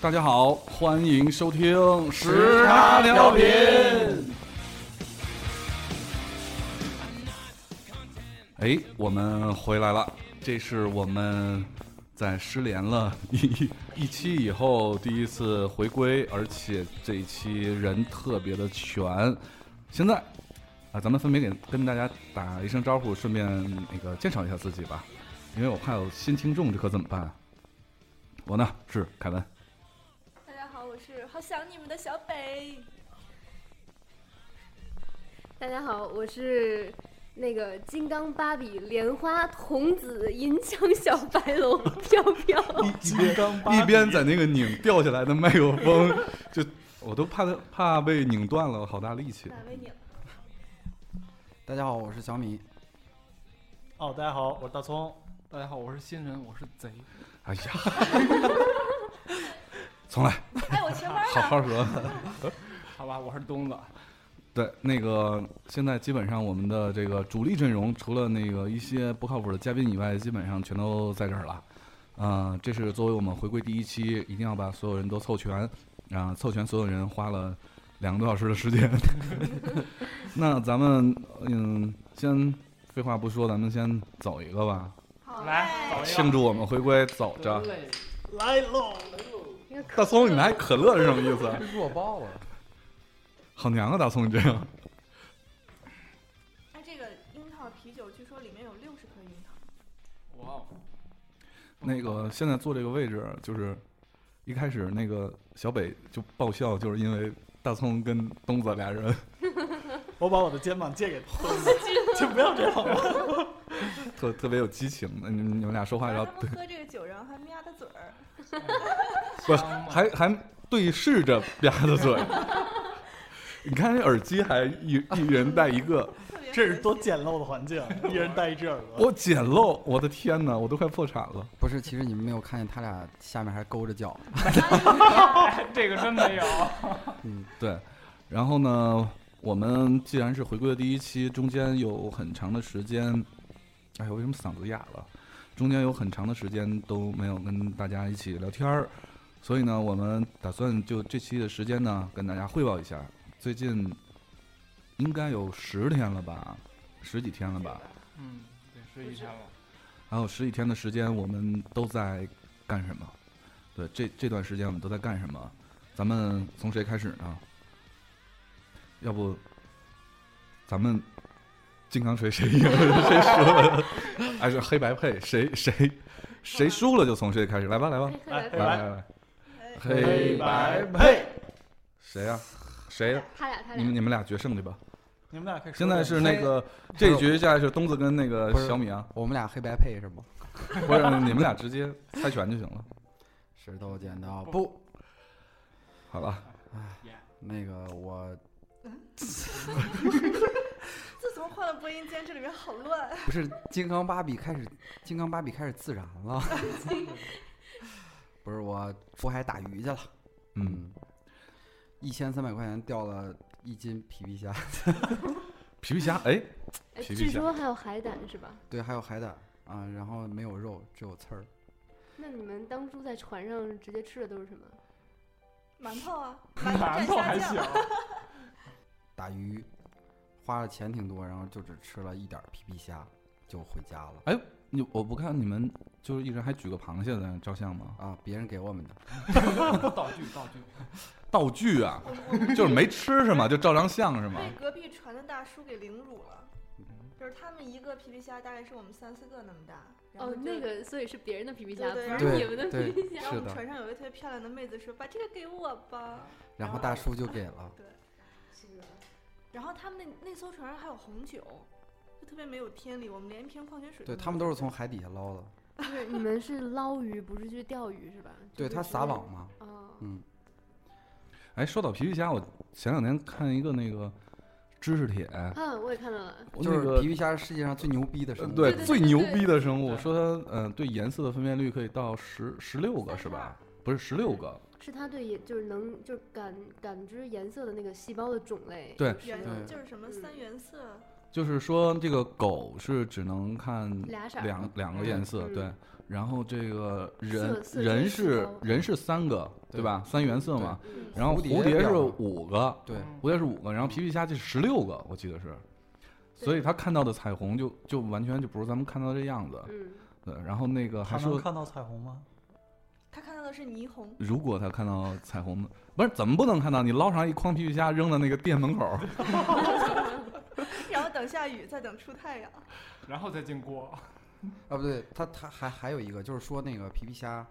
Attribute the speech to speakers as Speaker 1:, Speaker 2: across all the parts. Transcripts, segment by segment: Speaker 1: 大家好，欢迎收听《时
Speaker 2: 差
Speaker 1: 差调
Speaker 2: 调
Speaker 1: 频
Speaker 2: 频》。
Speaker 1: 哎，我们回来了，这是我们在失联了一一期以后第一次回归，而且这一期人特别的全。现在啊，咱们分别给跟大家打一声招呼，顺便那个介绍一下自己吧，因为我怕有新听众，这可怎么办？我呢是凯文，
Speaker 3: 大家好，我是好想你们的小北。
Speaker 4: 大家好，我是那个金刚芭比莲花童子银枪小白龙飘飘。
Speaker 1: 一边一边在那个拧掉下来的麦克风，就我都怕它怕被拧断了，好大力气。
Speaker 3: 哪位你？
Speaker 2: 大家好，我是小米。
Speaker 5: 哦，大家好，我是大葱。
Speaker 6: 大家好，我是新人，我是贼。
Speaker 1: 哎呀， 重来，
Speaker 3: 哎，我前面
Speaker 1: 好
Speaker 3: 呢？
Speaker 1: 好说。
Speaker 6: 好吧，我是东子。
Speaker 1: 对，那个现在基本上我们的这个主力阵容，除了那个一些不靠谱的嘉宾以外，基本上全都在这儿了。呃，这是作为我们回归第一期，一定要把所有人都凑全，啊、凑全所有人花了两个多小时的时间。 那咱们嗯，先废话不说，咱们先走一个吧，
Speaker 3: 好哎
Speaker 5: 来
Speaker 3: 嘞
Speaker 5: 走一
Speaker 1: 庆祝哎我们回归，走着。
Speaker 5: 来喽！
Speaker 1: 大葱，你拿一可 乐是什么意思？
Speaker 2: 弱爆了，
Speaker 1: 好娘啊，大葱，你这样。
Speaker 3: 哎，这个樱桃啤酒据说里面有六十颗樱桃。
Speaker 6: 哇哦，
Speaker 1: 那个现在坐这个位置，就是一开始那个小北就爆笑，就是因为大葱跟东子俩人
Speaker 5: 我把我的肩膀借给他，请不要这样好吗？
Speaker 1: 特特别有激情，你们你们俩说话然
Speaker 3: 让
Speaker 1: 后
Speaker 3: 他们喝这个酒，然后还吧嗒嘴儿。
Speaker 1: 不还还对视着吧嗒嘴。你看这耳机还一一人戴一个，
Speaker 3: 特别
Speaker 5: 这是多
Speaker 3: 恶心
Speaker 5: 简陋的环境，一人戴一只耳朵。
Speaker 1: 我简陋，我的天哪，我都快破产了。
Speaker 2: 不是？其实你们没有看见他俩下面还勾着脚，
Speaker 6: 这个真没有。
Speaker 2: 嗯，
Speaker 1: 对，然后呢，我们既然是回归的第一期，中间有很长的时间，哎呦，为什么嗓子哑了？中间有很长的时间都没有跟大家一起聊天儿，所以呢，我们打算就这期的时间呢，跟大家汇报一下，最近应该有十天了吧，十几天了吧，
Speaker 6: 嗯，对，是一天了。
Speaker 1: 还有十几天的时间，我们都在干什么？对，这这段时间我们都在干什么？咱们从谁开始呢？要不，咱们金刚锤谁赢谁输了，还 是黑白配谁谁谁输了就从谁开始？来吧，来吧，
Speaker 5: 来
Speaker 1: 来
Speaker 5: 黑白
Speaker 1: 来来，
Speaker 3: 哎
Speaker 1: 黑白
Speaker 5: 配，
Speaker 1: 谁呀、谁呀、啊
Speaker 4: 他俩哎他
Speaker 1: 你们
Speaker 4: 俩，
Speaker 1: 你们俩决胜去吧。
Speaker 5: 你们俩可以说
Speaker 1: 现在是那个这一局，现在是东子跟那个
Speaker 2: 不是
Speaker 1: 小米啊，
Speaker 2: 我们俩黑白配是吗？
Speaker 1: 不是你们俩直接猜拳就行了。
Speaker 2: 石头剪刀
Speaker 6: 不
Speaker 2: 布。
Speaker 1: 好了，
Speaker 2: 那个我
Speaker 3: 自从换了播音间，这里面好 乱。
Speaker 2: 不是金刚芭比开始，金刚芭比开始自燃了。不是我出海打鱼去了，
Speaker 1: 嗯。，
Speaker 2: 一千三百块钱钓了一斤皮皮虾，
Speaker 1: 皮皮虾，哎，
Speaker 4: 哎
Speaker 1: 皮皮
Speaker 4: 据
Speaker 1: 虾
Speaker 4: 说还有海胆是吧？
Speaker 2: 对，还有海胆啊，然后没有肉，只有刺儿。
Speaker 4: 那你们当初在船上直接吃的都是什么？
Speaker 3: 馒头啊，
Speaker 6: 馒
Speaker 3: 馒
Speaker 6: 头
Speaker 3: 头
Speaker 6: 还
Speaker 3: 蘸虾
Speaker 6: 行
Speaker 3: 酱。，
Speaker 2: 打鱼，花了钱挺多，然后就只吃了一点儿皮皮虾就回家了
Speaker 1: 你我不看你们就是一直还举个螃蟹在照相吗？
Speaker 2: 啊！别人给我们的，
Speaker 6: 道具道具。
Speaker 1: 道具 啊，就是没吃是吗？就照张相是吗？
Speaker 3: 被隔壁船的大叔给凌辱了。就是他们一个皮皮虾大概是我们三四个那么大。然后
Speaker 4: 哦
Speaker 3: 就，
Speaker 4: 那。个，所以是别人的皮皮虾，不
Speaker 3: 对
Speaker 4: 是
Speaker 3: 对
Speaker 4: 你
Speaker 2: 对
Speaker 4: 们的
Speaker 2: 对
Speaker 4: 皮皮虾。
Speaker 3: 然后我们
Speaker 2: 是的
Speaker 3: 船上有一个特别漂亮的妹子说：“把这个给我吧。
Speaker 2: 然后大叔就给了，”
Speaker 3: 然后他们那那艘船上还有红酒，就特别没有天理。我们连一瓶矿泉水
Speaker 1: 嗯
Speaker 2: 对
Speaker 3: 没
Speaker 2: 他们
Speaker 3: 有
Speaker 2: 都是从海底下捞的，
Speaker 4: 是你们是捞鱼，不是去钓鱼是吧？
Speaker 2: 对
Speaker 4: 就是
Speaker 2: 他
Speaker 4: 直
Speaker 2: 撒
Speaker 4: 接
Speaker 2: 网嘛，
Speaker 4: 哦，
Speaker 2: 嗯，
Speaker 1: 哎，说到皮皮虾，我前两天看一个那个知识帖，
Speaker 4: 啊，我也看到了。
Speaker 1: 我
Speaker 2: 就
Speaker 1: 那
Speaker 2: 是
Speaker 1: 个
Speaker 2: 皮皮虾是世界上最牛逼的生
Speaker 1: 呃
Speaker 2: 物，
Speaker 1: 对
Speaker 4: 对对
Speaker 1: 最
Speaker 4: 对
Speaker 1: 牛
Speaker 4: 对
Speaker 1: 逼的生物，
Speaker 6: 对
Speaker 1: 说它嗯、呃对颜色的分辨率可以到十十六个是吧？不是十六个，
Speaker 4: 是他对颜，就是能就是感感知颜色的那个细胞的种类。
Speaker 1: 对
Speaker 4: 就是
Speaker 3: 原
Speaker 2: 对
Speaker 3: 就是什么三原色，
Speaker 1: 就是说这个狗是只能看
Speaker 4: 俩色儿
Speaker 1: 两两个颜色，
Speaker 4: 嗯
Speaker 1: 对。然后这个人
Speaker 4: 色色
Speaker 1: 人
Speaker 4: 阶
Speaker 1: 是
Speaker 4: 高
Speaker 1: 人是三个，对
Speaker 2: 对
Speaker 1: 吧？三原色嘛。
Speaker 4: 嗯
Speaker 1: 然后
Speaker 2: 蝴
Speaker 1: 蝴
Speaker 2: 蝶
Speaker 1: 蝶是
Speaker 2: 表
Speaker 1: 五个，
Speaker 2: 对，
Speaker 6: 嗯
Speaker 1: 蝴蝶是五个，然后皮皮虾这十六个，我记得是。所以他看到的彩虹就就完全就不是咱们看到的这样子，
Speaker 4: 嗯，
Speaker 1: 对。然后那个还
Speaker 5: 还
Speaker 1: 说
Speaker 5: 能，看到彩虹吗？
Speaker 3: 他看到的是霓虹，
Speaker 1: 如果他看到彩虹，不是怎么不能看到？你捞上一筐皮皮虾扔到那个店门口儿，
Speaker 3: 然后等下雨， 再等出太阳。
Speaker 6: 然后再进锅，
Speaker 2: 啊，不对，它它还还有一个，就是说那个皮皮虾，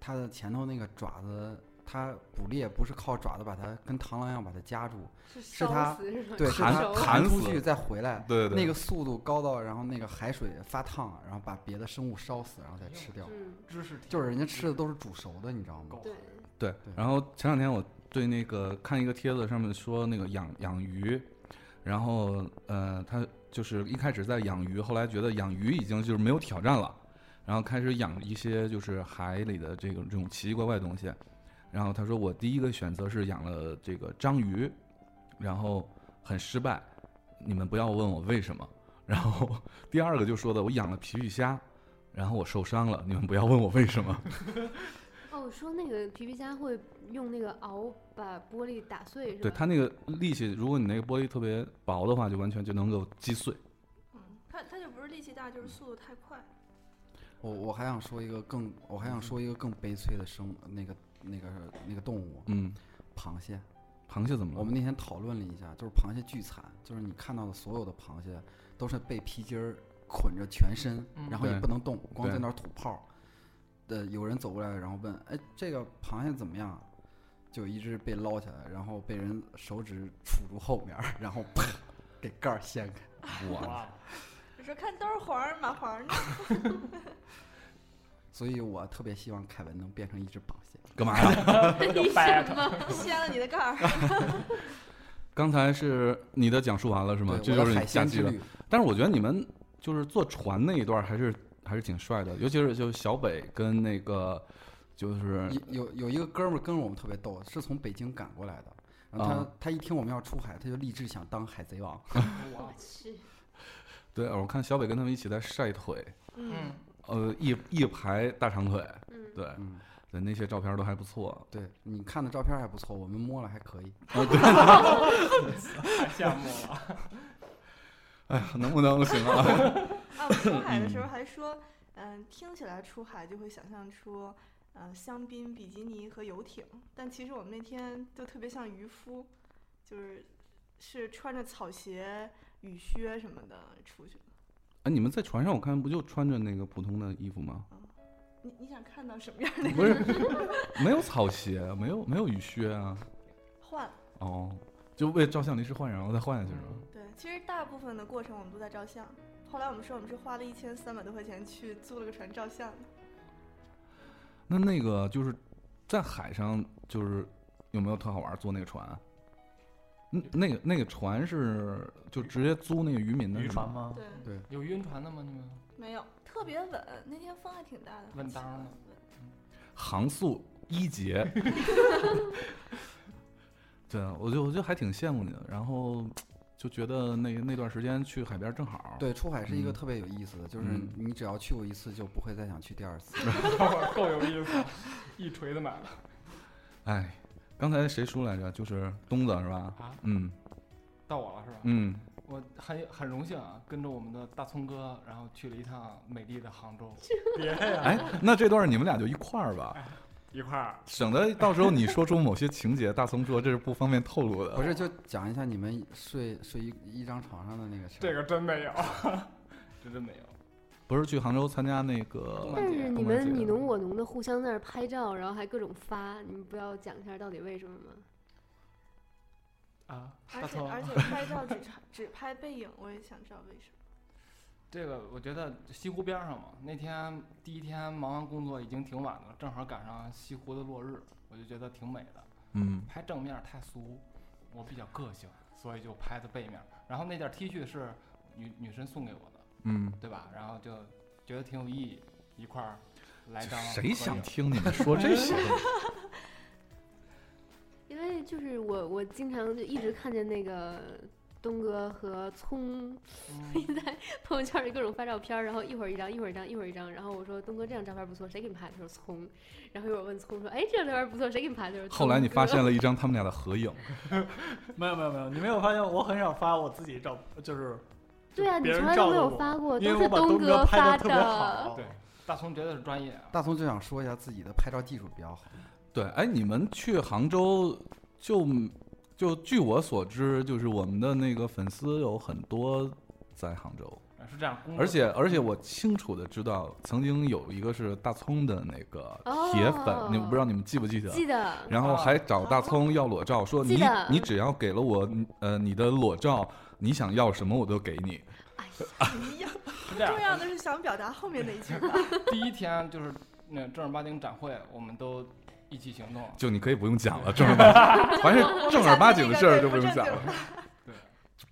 Speaker 2: 它的前头那个爪子，它捕猎不是靠爪子把它跟螳螂一样把它夹住，
Speaker 4: 是
Speaker 2: 是
Speaker 4: 烧
Speaker 2: 他
Speaker 4: 死是吗？
Speaker 2: 对，是
Speaker 1: 弹
Speaker 2: 它
Speaker 1: 弹
Speaker 2: 弹出
Speaker 1: 死
Speaker 2: 去再回来，
Speaker 1: 对对对，
Speaker 2: 那个速度高到，然后那个海水发烫，然后把别的生物烧死，然后再吃掉。
Speaker 4: 嗯，
Speaker 6: 知识体
Speaker 2: 就是人家吃的都是煮熟的，你知道吗？
Speaker 6: 狗
Speaker 4: 对，
Speaker 1: 对，然后前两天我对那个看一个帖子，上面说那个养养鱼，然后呃，他就是一开始在养鱼，后来觉得养鱼已经就是没有挑战了，然后开始养一些就是海里的这种这种奇奇怪怪的东西。然后他说我第一个选择是养了这个章鱼，然后很失败，你们不要问我为什么。然后第二个就说的我养了皮皮虾，然后我受伤了，你们不要问我为什么。
Speaker 4: 哦，说那个皮皮虾会用那个螯把玻璃打碎是吧？
Speaker 1: 对它那个力气，如果你那个玻璃特别薄的话，就完全就能够击碎。
Speaker 3: 嗯，他他就不是力气大，就是速度太快。
Speaker 2: 我我还想说一个更，我还想说一个更悲催的生那个那个那个动物，
Speaker 1: 嗯，
Speaker 2: 螃蟹。
Speaker 1: 螃蟹怎么了？
Speaker 2: 我们那天讨论了一下，就是螃蟹巨惨，就是你看到的所有的螃蟹都是被皮筋儿捆着全身，
Speaker 6: 嗯
Speaker 2: 然后也
Speaker 1: 对
Speaker 2: 不能动，光在
Speaker 1: 对
Speaker 2: 那儿吐泡儿。呃，有人走过来，然后问：“哎，这个螃蟹怎么样？”就一只被捞起来，然后被人手指杵住后面儿，然后啪给盖儿掀开。
Speaker 1: 我
Speaker 6: 哇，
Speaker 3: 你说看都是黄儿，马黄儿呢？
Speaker 2: 所以我特别希望凯文能变成一只螃蟹。
Speaker 1: 干嘛呀？
Speaker 6: 就掰它，
Speaker 3: 掀了你的盖儿。
Speaker 1: 刚才是你的讲述完了是吗
Speaker 2: 对，？
Speaker 1: 这
Speaker 2: 我
Speaker 1: 就
Speaker 2: 的
Speaker 1: 是
Speaker 2: 海
Speaker 1: 你下
Speaker 2: 鲜
Speaker 1: 机
Speaker 2: 之
Speaker 1: 了。
Speaker 2: 旅。
Speaker 1: 但是我觉得你们就是坐船那一段还是还是挺帅的，尤其是就是小北跟那个就是
Speaker 2: 有有有一个哥们儿跟着我们特别逗，是从北京赶过来的。然后他、
Speaker 1: 啊
Speaker 2: 他一听我们要出海，他就立志想当海贼王。
Speaker 6: 哇，
Speaker 4: 是
Speaker 1: 对，我看小北跟他们一起在晒腿，
Speaker 6: 嗯，
Speaker 1: 呃，一一排大长腿，
Speaker 4: 嗯，
Speaker 1: 对
Speaker 2: 嗯，
Speaker 1: 对，那些照片都还不错。
Speaker 2: 对你看的照片还不错，我们摸了还可
Speaker 1: 哦
Speaker 2: 以。
Speaker 6: 太羡慕 了，
Speaker 1: 哎呀，能不能行 啊？
Speaker 3: 啊，我出海的时候还说，嗯、听起来出海就会想象出，呃，香槟、比基尼和游艇，但其实我们那天就特别像渔夫，就是是穿着草鞋、雨靴什么的出去的。
Speaker 1: 哎，你们在船上我看不就穿着那个普通的衣服吗？
Speaker 3: 你你想看到什么样的
Speaker 1: 不是，没有草鞋，没有没有雨靴啊。
Speaker 3: 换？
Speaker 1: 哦，就为照相临时换，然后再换下去是吧？
Speaker 3: 对，其实大部分的过程我们都在照相。后来我们说我们是花了一千三百多块钱去租了个船照相的。
Speaker 1: 那那个就是在海上，就是有没有特好玩？坐那个船？嗯，那个那个船是就直接租那个渔民的
Speaker 5: 渔
Speaker 1: 是
Speaker 5: 船
Speaker 1: 吗？
Speaker 6: 哦
Speaker 5: 吗？
Speaker 3: 对，
Speaker 6: 有晕船的吗？ 你们
Speaker 3: 没有特别稳，那天风还挺大的。
Speaker 6: 稳当的
Speaker 1: 航速一节。 对啊，我就我就还挺羡慕你的，然后就觉得那那段时间去海边正好。，
Speaker 2: 对，出海是一个
Speaker 1: 嗯
Speaker 2: 特别有意思的，就是
Speaker 1: 嗯
Speaker 2: 你只要去过一次，就不会再想去第二次。
Speaker 6: 够有意思，一锤子买了
Speaker 1: 哎，刚才谁说来着？就是东子是吧？
Speaker 6: 啊，
Speaker 1: 嗯
Speaker 6: 到我了是吧？
Speaker 1: 嗯，
Speaker 6: 我很很荣幸啊，跟着我们的大葱哥，然后去了一趟美丽的杭州，
Speaker 5: 别呀，
Speaker 1: 哎，那这段你们俩就一块儿吧，
Speaker 6: 一块儿
Speaker 1: 省得到时候你说出某些情节，大松说这是不方便透露的。
Speaker 2: 不是，就讲一下你们睡睡一一张床上的那个事儿。
Speaker 6: 这个真没有， 这真没有。
Speaker 1: 不是去杭州参加那个
Speaker 6: 动漫
Speaker 4: 但
Speaker 6: 节
Speaker 4: 是
Speaker 1: 动
Speaker 4: 你
Speaker 1: 漫
Speaker 4: 们
Speaker 1: 节
Speaker 4: 你侬我侬的互相在那儿拍照，然后还各种发，你们不要讲一下到底为什么吗？
Speaker 6: 啊，
Speaker 3: 而
Speaker 6: 大
Speaker 3: 且
Speaker 6: 葱，
Speaker 3: 而且拍 照只 tra- 只拍背影，我也想知道为什么。
Speaker 6: 这个我觉得西湖边儿上嘛，那天第一天忙完工作已经挺晚了，正好赶上西湖的落日，我就觉得挺美的。
Speaker 1: 嗯，
Speaker 6: 拍正面太俗，我比较个性，所以就拍的背面。然后那件 T 恤是女女神送给我的，
Speaker 1: 嗯，
Speaker 6: 对吧？然后就觉得挺有意义，一块儿来张合
Speaker 1: 谁
Speaker 6: 影
Speaker 1: 想听你们说这些？
Speaker 4: 因为就是我我经常就一直看见那个东哥和葱
Speaker 6: 嗯
Speaker 4: 哦 朋友圈里各种发照片儿，然后一会儿一张，一会儿一张，一会儿一张。然后我说东哥这张照片不错，谁给你拍的？他说葱。然后一会儿问葱说，哎，这张照片不错，谁给你拍的？他说
Speaker 1: 后来你
Speaker 4: 葱
Speaker 1: 发
Speaker 4: 哥
Speaker 1: 现了一张他们俩的合影，
Speaker 5: 没有没有没有，你没有发现我很少发我自己照，就是
Speaker 4: 对啊，你
Speaker 5: 别人
Speaker 4: 从来
Speaker 5: 照
Speaker 4: 都没
Speaker 5: 的
Speaker 4: 有
Speaker 5: 我
Speaker 4: 发过，
Speaker 5: 因
Speaker 4: 都
Speaker 5: 为
Speaker 4: 是
Speaker 5: 我把东
Speaker 4: 哥
Speaker 5: 拍
Speaker 4: 发
Speaker 5: 的特别好。
Speaker 6: 对，大葱绝对是专业啊。
Speaker 2: 大葱就想说一下自己的拍照技术比较好，
Speaker 1: 对，哎，你们去杭州就就据我所知，就是我们的那个粉丝有很多在杭州，
Speaker 6: 呃是这样，
Speaker 2: 嗯
Speaker 6: 工作
Speaker 1: 而且而且我清楚的知道，曾经有一个是大葱的那个铁粉，你们不知道你们记不记得？
Speaker 4: 哦记得
Speaker 1: 然后还找大葱要裸照，说
Speaker 4: 哦记
Speaker 1: 你
Speaker 4: 得
Speaker 1: 你只要给了我呃你的裸照，你想要什么我都给你。
Speaker 6: 啊
Speaker 3: 一样。
Speaker 6: 是这样
Speaker 3: 重，
Speaker 5: 啊
Speaker 3: 要的是想表达后面那一句吧。
Speaker 6: 第一天就是那正儿八经展会，我们都一起行动。
Speaker 1: 就你可以不用讲了，正儿 八经，凡是正儿八经的事儿就不用讲了。
Speaker 6: 对，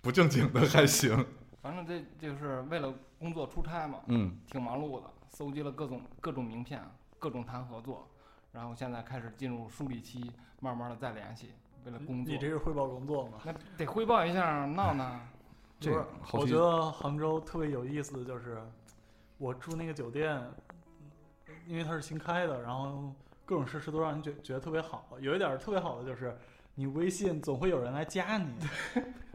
Speaker 1: 不正经的还行。
Speaker 6: 反正这就是为了工作出差嘛，
Speaker 1: 嗯，
Speaker 6: 挺忙碌的，搜集了各种各种名片，啊各种谈合作，然后现在开始进入梳理期，慢慢的再联系，为了工作
Speaker 5: 你这。是汇报工作吗？
Speaker 6: 那得汇报一下闹 闹，
Speaker 1: 这
Speaker 5: 不是
Speaker 1: 好
Speaker 5: 我
Speaker 1: 奇
Speaker 5: 觉得杭州特别有意思的就是，我住那个酒店，因为它是新开的，然后各种设施都让人觉觉得特别好。有一点儿特别好的就是，你微信总会有人来加你。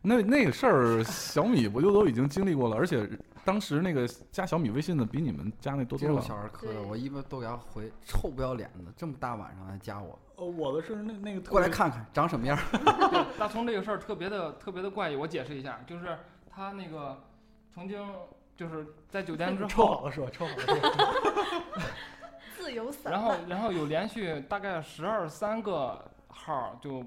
Speaker 1: 那那个事儿，小米不就都已经经历过了？而且当时那个加小米微信的比你们加那多
Speaker 2: 这
Speaker 1: 多了。
Speaker 2: 种小儿科的，
Speaker 4: 对
Speaker 2: 我一般都给他回，臭不要脸的，这么大晚上还加我，
Speaker 5: 呃，我的是那那个特
Speaker 2: 过来
Speaker 5: 别
Speaker 2: 看看长什么样儿。
Speaker 6: 大葱这个事儿特别的特别的怪异，我解释一下，就是他那个曾经就是在酒店 之
Speaker 5: 抽
Speaker 6: 后，
Speaker 5: 好了说，抽 好了说。
Speaker 3: 自由散
Speaker 6: 然后
Speaker 3: 漫，
Speaker 6: 然后有连续大概十二三个号儿就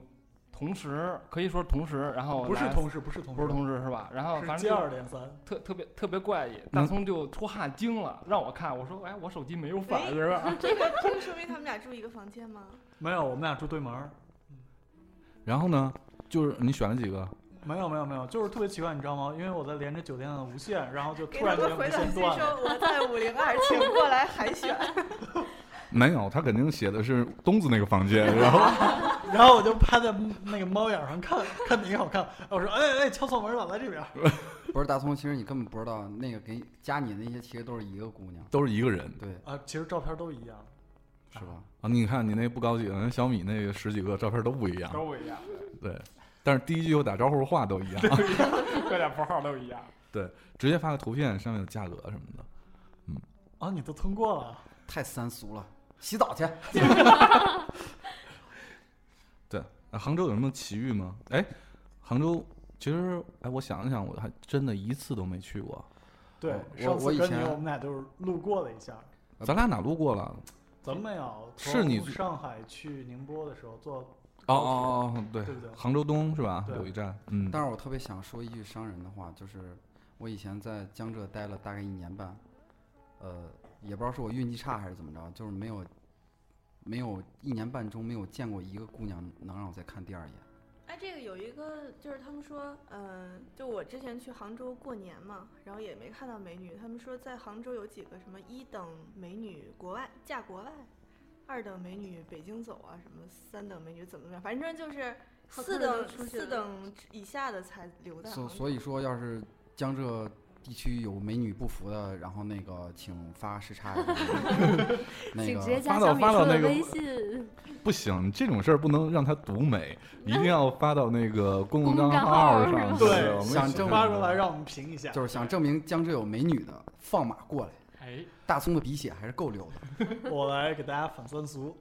Speaker 6: 同时可以说同时，然后
Speaker 5: 不是
Speaker 6: 哦来
Speaker 5: 同事，不是同
Speaker 6: 不
Speaker 5: 事，
Speaker 6: 是同时是吧？然
Speaker 5: 是
Speaker 6: 后哦
Speaker 5: 嗯
Speaker 6: 反正
Speaker 5: 接
Speaker 6: 就
Speaker 5: 二连三。
Speaker 6: 特特别特别怪异，大葱就出汗惊了，让我看，我说哎，我手机没有反应啊，
Speaker 3: 这个这个说明他们俩住一个房间 吗？
Speaker 5: 没有，我们俩住对门儿。
Speaker 1: 然后呢，就是你选了几个？
Speaker 5: 没有没有没有，就是特别奇怪，你知道吗？因为我在连着酒店的无线，然后就
Speaker 3: 给
Speaker 5: 突
Speaker 3: 他
Speaker 5: 然间
Speaker 3: 们
Speaker 5: 无
Speaker 3: 回短
Speaker 5: 线
Speaker 3: 信
Speaker 5: 断了。
Speaker 3: 说我在五零二，请过来海选。
Speaker 1: 没有，他肯定写的是东子那个房间。 然后
Speaker 5: 然后我就趴在那个猫眼上看，看哪个好看。我说，哎哎，敲错门了，来这边。
Speaker 2: 不是大葱，其实你根本不知道那个给你加你的那些，其实都是一个姑娘，
Speaker 1: 都是一个人，
Speaker 2: 对，
Speaker 5: 啊，其实照片都一样。
Speaker 2: 是吧？
Speaker 1: 啊，你看你那不高级的，人小米那个十几个照片都不一 样。
Speaker 6: 都不一样，
Speaker 1: 对，但是第一句我打招呼话都一样，
Speaker 6: 各点符号都一样。
Speaker 1: 直接发个图片，上面有价格什么的。
Speaker 5: 啊，你都通过了。
Speaker 2: 太三俗了，洗澡去。
Speaker 1: 对，啊杭州有什么奇遇吗？哎，杭州其实，哎，我想了想，我还真的一次都没去过。
Speaker 5: 对
Speaker 2: 哦，我
Speaker 5: 上
Speaker 2: 我
Speaker 5: 次
Speaker 2: 以
Speaker 5: 跟你
Speaker 2: 前
Speaker 5: 我们俩就是路过了一下，
Speaker 2: 呃
Speaker 1: 咱俩哪路过了？
Speaker 5: 咱们没有。
Speaker 1: 是你
Speaker 5: 从上海去宁波的时候坐
Speaker 1: 哦
Speaker 5: 高
Speaker 1: 哦
Speaker 5: 铁
Speaker 1: 哦，对
Speaker 5: 对不对
Speaker 1: 杭州东是吧？
Speaker 5: 对
Speaker 1: 有一站，嗯，
Speaker 2: 但是我特别想说一句伤人的话，就是我以前在江浙待了大概一年半，呃，也不知道是我运气差还是怎么着，就是没有，没有一年半中没有见过一个姑娘能让我再看第二眼。
Speaker 3: 哎，这个有一个就是他们说，嗯、就我之前去杭州过年嘛，然后也没看到美女。他们说在杭州有几个什么一等美女国外嫁国外，二等美女北京走啊，什么三等美女怎么怎么样，反正就是
Speaker 4: 好
Speaker 3: 四
Speaker 4: 看的都
Speaker 3: 等
Speaker 4: 出去
Speaker 3: 四
Speaker 4: 了
Speaker 3: 等以下的才留在
Speaker 2: 所
Speaker 3: 杭州。
Speaker 2: 所以说，要是江浙地区有美女不服的，然后那个请发时差一下， 那
Speaker 4: 请直接
Speaker 2: 个
Speaker 1: 发
Speaker 4: 加
Speaker 1: 到
Speaker 4: 小米
Speaker 1: 发到
Speaker 4: 说的
Speaker 1: 那个
Speaker 4: 微信，
Speaker 1: 不行，这种事儿不能让它独美，一定要发到那个公共账
Speaker 4: 公众账号
Speaker 1: 号
Speaker 4: 是吧
Speaker 1: 上去。
Speaker 5: 对
Speaker 1: 我们
Speaker 2: 想
Speaker 1: 也
Speaker 2: 证
Speaker 5: 发出来，让我们评一下。
Speaker 2: 就是想证明江浙有美女的，放马过来。
Speaker 6: 哎，
Speaker 2: 大葱的鼻血还是够溜的。
Speaker 5: 我来给大家反三俗。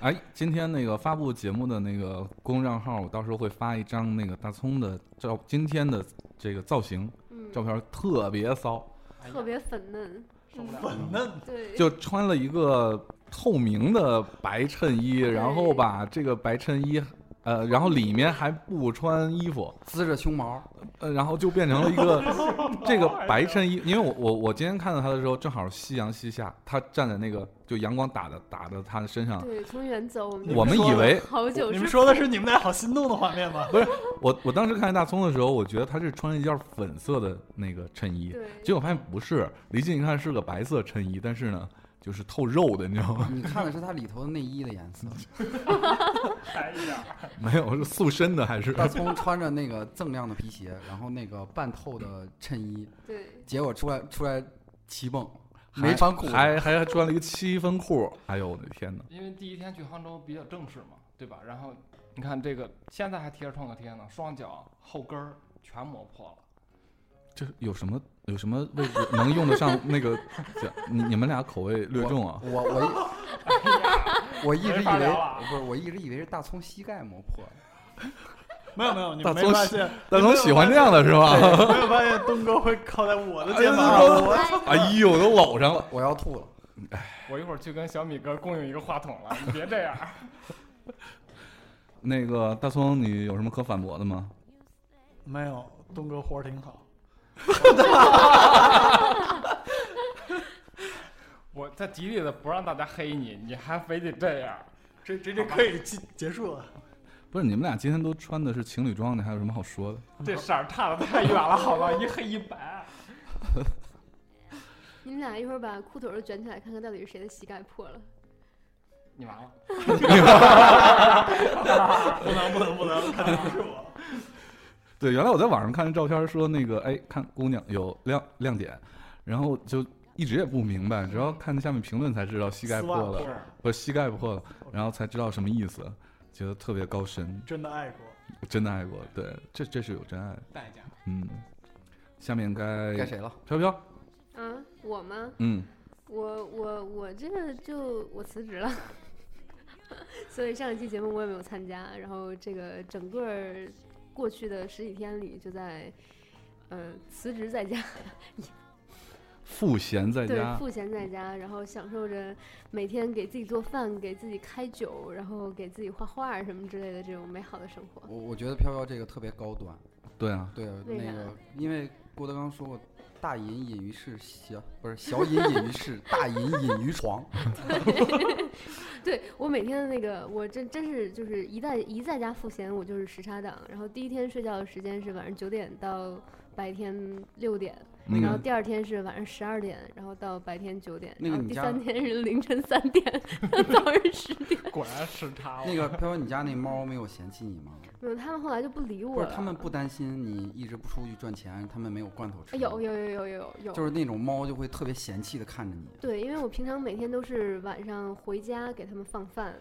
Speaker 1: 哎，今天那个发布节目的那个公众账号，我到时候会发一张那个大葱的照，今天的这个造型
Speaker 4: 嗯，
Speaker 1: 照片特别骚，
Speaker 6: 哎呀
Speaker 4: 特别粉嫩，
Speaker 6: 受不了了。
Speaker 5: 粉嫩，
Speaker 4: 对，
Speaker 1: 就穿了一个透明的白衬衣，然后吧，这个白衬衣，呃，然后里面还不穿衣服，
Speaker 2: 滋着胸毛，
Speaker 1: 呃，然后就变成了一个 这 个白衬衣。因为我我我今天看到他的时候，正好夕阳西下，他站在那个就阳光打的打的他的身上，
Speaker 4: 对，从远走我们就
Speaker 1: 我啊们以为
Speaker 4: 好久
Speaker 5: 你
Speaker 4: 是
Speaker 5: 们说的是你们俩好心动的画面吗？
Speaker 1: 我我当时看见大葱的时候，我觉得他是穿了一件粉色的那个衬衣，
Speaker 4: 对，
Speaker 1: 结果发现不是，离近一看是个白色衬衣，但是呢，就是透肉的，你知道吗？
Speaker 2: 你看的是它里头的内衣的颜色。
Speaker 1: 嗯
Speaker 5: 哎呀，
Speaker 1: 没有，是塑身的还是？
Speaker 2: 大葱穿着那个锃亮的皮鞋，然后那个半透的衬衣，
Speaker 4: 对，
Speaker 2: 结果出来出来骑蹦，
Speaker 1: 还
Speaker 2: 没穿裤子。
Speaker 1: 还还还穿了一个七分裤，哎呦我的天哪！
Speaker 6: 因为第一天去杭州比较正式嘛，对吧？然后你看这个，现在还贴着创可贴呢，双脚后跟儿全磨破了。
Speaker 1: 这有什么有什么位置能用得上那个？ 这你你们俩口味略重啊！
Speaker 2: 我我一我一直
Speaker 5: 没
Speaker 2: 以
Speaker 5: 法
Speaker 2: 为
Speaker 5: 聊了
Speaker 2: 不是，我一直以为是大葱膝盖磨破了。
Speaker 5: 没有没有，你
Speaker 1: 大
Speaker 5: 没
Speaker 1: 葱
Speaker 5: 发
Speaker 1: 喜
Speaker 5: 现？
Speaker 1: 大总喜欢这样的是 啊吧？
Speaker 5: 对没有发现东哥会靠在我的肩膀
Speaker 1: 哎
Speaker 5: 上？我
Speaker 1: 哎呦，我都搂上了。
Speaker 2: 我要吐了。
Speaker 6: 我一会儿去跟小米哥共用一个话筒了，你别这样。
Speaker 1: 那个大葱，你有什么可反驳的吗？
Speaker 5: 没有，东哥活儿挺好。
Speaker 6: 我在极力的不让大家黑你，你还非得这样。
Speaker 5: 这这这可以结结束了，
Speaker 1: 不是，你们俩今天都穿的是情侣装，你还有什么好说的？
Speaker 6: 这色儿差的太远了，好吧，一黑一白。
Speaker 4: 你们俩一会儿把裤腿儿都卷起来，看看到底是谁的膝盖破了。
Speaker 6: 你完了，
Speaker 5: 不能不能不能，肯定不是 我。
Speaker 1: 对，原来我在网上看照片，说那个哎，看姑娘有亮亮点，然后就一直也不明白，直到看下面评论才知道膝盖破
Speaker 5: 丝袜
Speaker 1: 了，不是膝盖破了，
Speaker 5: OK
Speaker 1: 然后才知道什么意思，觉得特别高深，
Speaker 5: 真的爱过，
Speaker 1: 真的爱过。对，这这是有真爱。
Speaker 6: 代价。
Speaker 1: 嗯，下面该
Speaker 2: 该谁了？
Speaker 1: 飘飘，
Speaker 4: 啊，我吗？
Speaker 1: 嗯，
Speaker 4: 我我我这个就我辞职了， 所以上一期节目我也没有参加。然后这个整个儿过去的十几天里，就在呃辞职在家，
Speaker 1: 赋闲在
Speaker 4: 对，
Speaker 1: 家，
Speaker 4: 赋闲在家，然后享受着每天给自己做饭、给自己开酒，然后给自己画画儿什么之类的这种美好的生活。
Speaker 2: 我我觉得飘飘这个特别高端。
Speaker 1: 对啊，
Speaker 2: 对，
Speaker 4: 为
Speaker 2: 那
Speaker 4: 啥
Speaker 2: 个因为郭德纲说过，大隐隐于市，小不是小隐隐于市，大隐隐于床。
Speaker 4: 对我每天的那个，我真真是就是一在一在家赋闲，我就是时差党。然后第一天睡觉的时间是晚上九点到白天六点，
Speaker 1: 那
Speaker 4: 然后
Speaker 1: 个
Speaker 4: 第二天是晚上十二点，然后到白天九点，
Speaker 2: 那个
Speaker 4: 然后
Speaker 2: 你
Speaker 4: 第
Speaker 2: 家
Speaker 4: 三天是凌晨三点 到早上十点。
Speaker 6: 果然时差了。
Speaker 2: 那个飘飘，你家那猫没有嫌弃你吗？
Speaker 4: 没有，他们后来就不理
Speaker 2: 不
Speaker 4: 我
Speaker 2: 是，
Speaker 4: 了。
Speaker 2: 他们不担心你一直不出去赚钱，他们没有罐头吃。
Speaker 4: 哎有有有有有有，
Speaker 2: 就是那种猫就会特别嫌弃的看着你。
Speaker 4: 对，因为我平常每天都是晚上回家给他们放饭，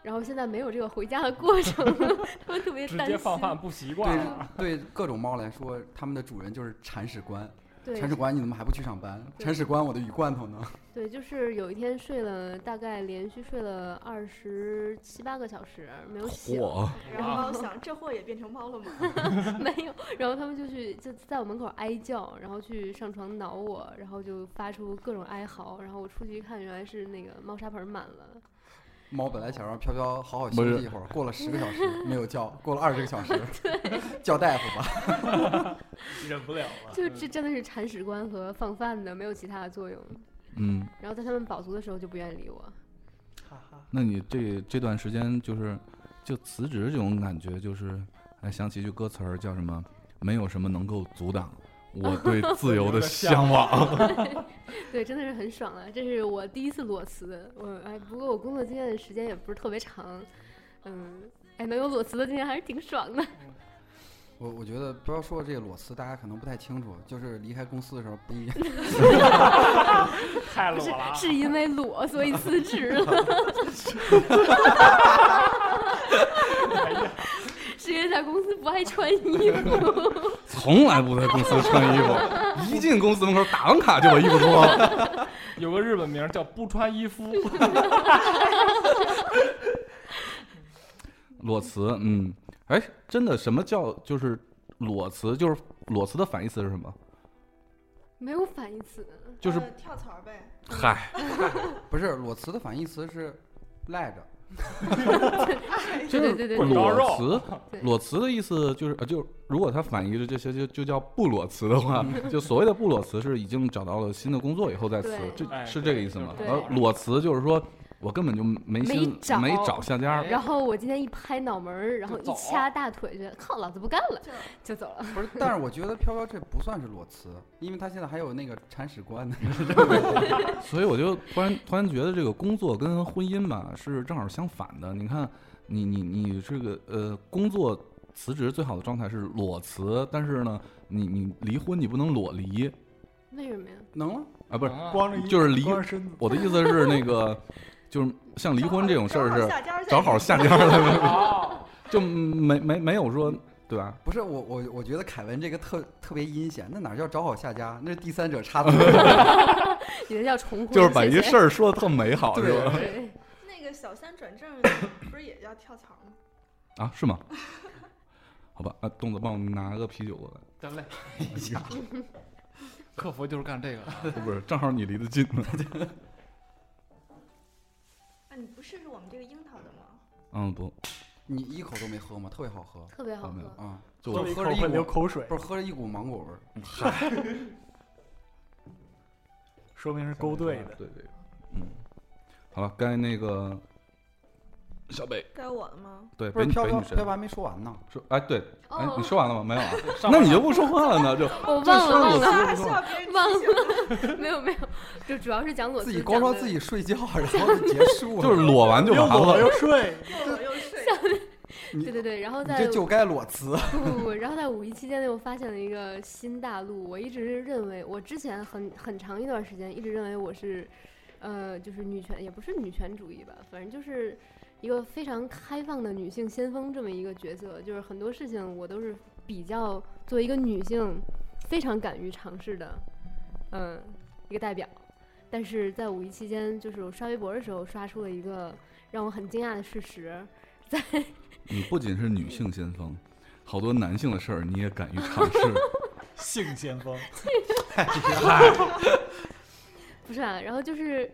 Speaker 4: 然后现在没有这个回家的过程， 他们特别
Speaker 6: 直
Speaker 4: 担
Speaker 6: 接
Speaker 4: 心。
Speaker 6: 放饭不习惯了。
Speaker 2: 对对，各种猫来说，它们的主人就是铲屎官。
Speaker 4: 对
Speaker 2: 铲屎官，你怎么还不去上班？
Speaker 4: 对
Speaker 2: 铲屎官，我的鱼罐头呢？
Speaker 4: 对，就是有一天睡了大概连续睡了二十七八个小时没有醒，
Speaker 1: 嚯，
Speaker 3: 然后想这货也变成猫了吗？
Speaker 4: 没有，然后他们就去就在我门口哀叫，然后去上床挠我，然后就发出各种哀嚎，然后我出去一看，原来是那个猫砂盆满了。
Speaker 2: 猫本来想让飘飘好好
Speaker 1: 不
Speaker 2: 休
Speaker 1: 是
Speaker 2: 息一会儿，过了十个小时没有叫，过了二十个 小时叫大夫吧。
Speaker 5: 忍不了了。
Speaker 4: 就
Speaker 6: 嗯
Speaker 4: 这真的是铲屎官和放饭的，没有其他的作用。
Speaker 1: 嗯，
Speaker 4: 然后在他们饱足的时候就不愿意理我。
Speaker 5: 哈哈，
Speaker 1: 那你这这段时间就是就辞职这种感觉，就是哎，想起一句歌词儿叫什么？没有什么能够阻 挡我对自由的向往。
Speaker 4: 对，真的是很爽啊！这是我第一次裸辞，我哎，不过我工作经验时间也不是特别长，嗯，哎，能有裸辞的经验还是挺爽的。
Speaker 2: 我我觉得不要说这个裸辞，大家可能不太清楚，就是离开公司的时候不一样。
Speaker 5: 太
Speaker 4: 不
Speaker 5: 裸
Speaker 4: 是
Speaker 5: 了，
Speaker 4: 是因为裸所以辞职了， 是因为在公司不爱穿衣服。
Speaker 1: 从来不在公司穿衣服，一进公司门口打完卡就把衣服脱了。
Speaker 6: 有个日本名叫不穿衣夫，
Speaker 1: 裸辞，嗯，哎，真的，什么叫就是裸辞？就是裸辞的反义词是什么？
Speaker 4: 没有反义词，
Speaker 1: 就是
Speaker 3: 呃跳槽呗。
Speaker 1: 嗨，
Speaker 2: 不是裸辞的反义词是赖着，
Speaker 1: 哎就
Speaker 4: 对
Speaker 1: 是
Speaker 4: 对对对
Speaker 6: 滚刀
Speaker 1: 裸
Speaker 6: 肉
Speaker 1: 辞
Speaker 4: 对。
Speaker 1: 裸辞的意思就是，呃，就是如果它反义的这些就就叫不裸辞的 话，就所谓的不裸辞是已经找到了新的工作以后再辞
Speaker 4: 对，
Speaker 1: 这
Speaker 6: 哎
Speaker 1: 是这个意思吗？
Speaker 6: 对
Speaker 1: 呃，
Speaker 4: 对
Speaker 1: 裸辞就是说我根本就没心
Speaker 4: 没找
Speaker 1: 没找下家，
Speaker 4: 然后我今天一拍脑门儿，然后
Speaker 6: 就
Speaker 4: 一
Speaker 6: 走
Speaker 4: 掐大腿，觉得靠，老子不干了，
Speaker 3: 就
Speaker 4: 就走了。
Speaker 2: 不是，但是我觉得飘飘这不算是裸辞，因为他现在还有那个铲屎官呢。
Speaker 1: 所以我就突然突然觉得这个工作跟婚姻吧是正好相反的。你看，你你你这个呃工作辞职最好的状态是裸辞，但是呢，你你离婚你不能裸离
Speaker 4: 为什么呀？
Speaker 2: 能了，
Speaker 1: 啊，不是，
Speaker 6: 能啊
Speaker 5: 光着衣服
Speaker 1: 就是离
Speaker 5: 光着身子，
Speaker 1: 我的意思是那个就是像离婚这种事儿是
Speaker 3: 是
Speaker 1: 正好下家了， 就没没没有说对吧？
Speaker 2: 不是我我我觉得凯文这个特特别阴险，那哪叫找好下家，那是第三者插足。
Speaker 4: 你那叫重婚，
Speaker 1: 就是把
Speaker 4: 谢
Speaker 1: 一
Speaker 4: 谢
Speaker 1: 事儿说的特美好是吧？
Speaker 4: 对，
Speaker 3: 那个小三转正 不是也叫跳槽吗？
Speaker 1: 啊，是吗？好吧，啊，东子帮我拿个啤酒过来，
Speaker 6: 得嘞，哎客服就是干这个的。
Speaker 1: 不是，正好你离得近呢。
Speaker 3: 啊，你不试试我们这个樱桃的吗？
Speaker 1: 嗯，不，
Speaker 2: 你一口都没喝吗？特别好喝
Speaker 4: 特别好
Speaker 1: 好没有
Speaker 4: 喝。
Speaker 2: 啊！
Speaker 1: 就
Speaker 5: 喝
Speaker 1: 我
Speaker 5: 了一口
Speaker 2: 喝了一
Speaker 5: 会流
Speaker 2: 股
Speaker 5: 口水，
Speaker 2: 不是喝着一股芒果味儿。
Speaker 5: 说明是勾兑的。
Speaker 1: 对对，嗯，好了，该那个小北，
Speaker 3: 该我了吗？
Speaker 1: 对，
Speaker 2: 不
Speaker 1: 北
Speaker 2: 是
Speaker 1: 女
Speaker 2: 飘
Speaker 1: 北
Speaker 2: 飘
Speaker 1: 女
Speaker 2: 飘飘
Speaker 1: 神
Speaker 2: 还没说完呢，
Speaker 1: 说，哎，对，哎，
Speaker 4: 哦
Speaker 1: 你，说完了吗？没有啊？
Speaker 6: 上
Speaker 1: 那
Speaker 6: 班
Speaker 1: 你就不说话了呢？就
Speaker 4: 我
Speaker 1: 这事儿我
Speaker 4: 哦忘了忘了
Speaker 1: 说
Speaker 3: 还
Speaker 1: 不
Speaker 3: 需
Speaker 1: 说？
Speaker 3: 要别人
Speaker 4: 忘
Speaker 3: 提醒吗？
Speaker 4: 没有没有，就主要是讲裸
Speaker 2: 自
Speaker 4: 辞，
Speaker 2: 己光说自己睡 觉，然后就结束了。
Speaker 1: 就是裸完就
Speaker 5: 又
Speaker 1: 完
Speaker 5: 我
Speaker 1: 了。
Speaker 5: 又睡，
Speaker 3: 又我又睡，
Speaker 4: 讲的。对对对，然后
Speaker 2: 你
Speaker 4: 在
Speaker 2: 这就该裸辞。
Speaker 4: 不不不，然后在五一期间呢，我发现了一个新大陆。我一直认为，我之前很很长一段时间一直认为我是，呃，就是女权，也不是女权主义吧，反正就是一个非常开放的女性先锋这么一个角色。就是很多事情我都是比较作为一个女性非常敢于尝试的，嗯，一个代表。但是在五一期间，就是我刷微博的时候，刷出了一个让我很惊讶的事实，在
Speaker 1: 你不仅是女性先锋，好多男性的事儿你也敢于尝 试。
Speaker 5: 性先锋，
Speaker 4: 不是啊，然后就是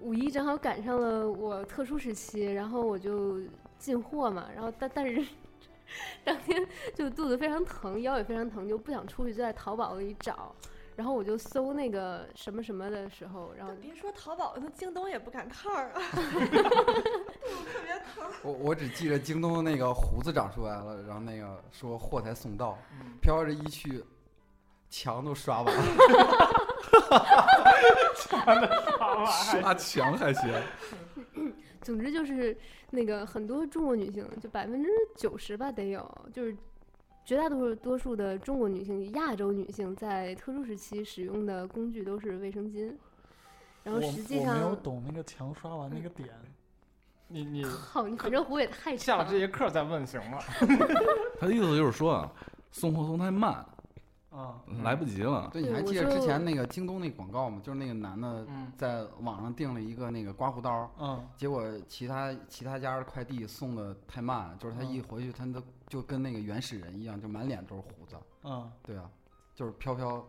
Speaker 4: 五一正好赶上了我特殊时期，然后我就进货嘛，然后但但是 当天就肚子非常疼，腰也非常疼，就不想出去，就在淘宝里找。然后我就搜那个什么什么的时候，然后
Speaker 3: 都别说淘宝，那京东也不赶趟儿啊，肚子特别疼。
Speaker 2: 我我只记着京东那个胡子长出来了，然后那个说货才送到，
Speaker 6: 嗯
Speaker 2: 飘飘这一去，墙都刷完了，
Speaker 1: 刷墙还行，
Speaker 4: 总之就是那个很多中国女性，就百分之九十吧得有，就是绝大多数多数的中国女性、亚洲女性在特殊时期使用的工具都是卫生巾。然后
Speaker 5: 我
Speaker 4: 实际
Speaker 5: 我
Speaker 4: 上
Speaker 5: 没有懂那个墙刷完那个点，
Speaker 6: 你你
Speaker 4: 靠，你反正胡也太
Speaker 6: 下
Speaker 4: 长
Speaker 6: 了这节课再问行吗？
Speaker 1: 他的意思就是说啊，送货送太慢，
Speaker 5: 啊，
Speaker 1: 来不及了。
Speaker 2: 对，你
Speaker 4: 对
Speaker 2: 还
Speaker 4: 我
Speaker 2: 记得
Speaker 4: 就
Speaker 2: 之前那个京东那广告吗？就是那个男的
Speaker 6: 嗯，
Speaker 2: 在网上订了一个那个刮胡刀，
Speaker 5: 嗯，
Speaker 2: 结果其他其他家的快递送的太慢，就是他一回去，他都就跟那个原始人一样，就满脸都是胡子。
Speaker 5: 嗯，
Speaker 2: 对啊，就是飘飘，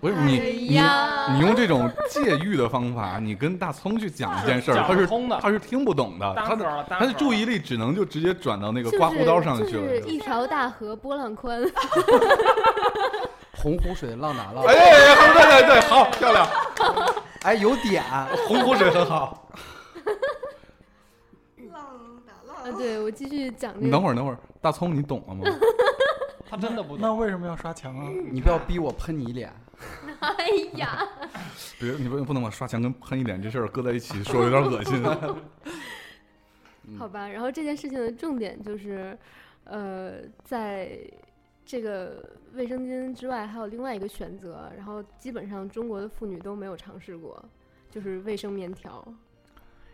Speaker 1: 不是你你
Speaker 4: 哎呀，
Speaker 1: 你用这种借喻的方法，你跟大葱去讲这件事儿，
Speaker 6: 讲
Speaker 1: 他
Speaker 6: 不
Speaker 1: 是
Speaker 6: 通的，
Speaker 1: 他是听不懂的，他
Speaker 6: 单口
Speaker 1: 的
Speaker 6: 了，单啊
Speaker 1: 他的
Speaker 6: 口
Speaker 1: 注
Speaker 6: 了
Speaker 1: 意力只能就直接转到那个
Speaker 4: 就是
Speaker 1: 刮胡刀上去
Speaker 4: 就是
Speaker 1: 了。
Speaker 4: 一条大河波浪宽，
Speaker 2: 洪湖水浪打浪，
Speaker 1: 哎哎，哎对对对，好漂亮，
Speaker 2: 哎，有点。
Speaker 1: 洪湖水很好。
Speaker 3: 浪打
Speaker 4: 啊，
Speaker 3: 浪，
Speaker 4: 对我继续讲这
Speaker 1: 你等
Speaker 4: 个，
Speaker 1: 会儿，等会儿，大葱你懂了吗？
Speaker 6: 他真的不
Speaker 5: 那
Speaker 6: 懂。
Speaker 5: 为什么要刷墙啊？
Speaker 2: 你不要逼我喷你一脸，
Speaker 4: 哎呀，
Speaker 1: 别，你不不能把刷墙跟喷一脸这事儿搁在一起说，有点恶心。
Speaker 2: 嗯
Speaker 4: 好吧，然后这件事情的重点就是，呃，在这个卫生巾之外，还有另外一个选择，然后基本上中国的妇女都没有尝试过，就是卫生棉条，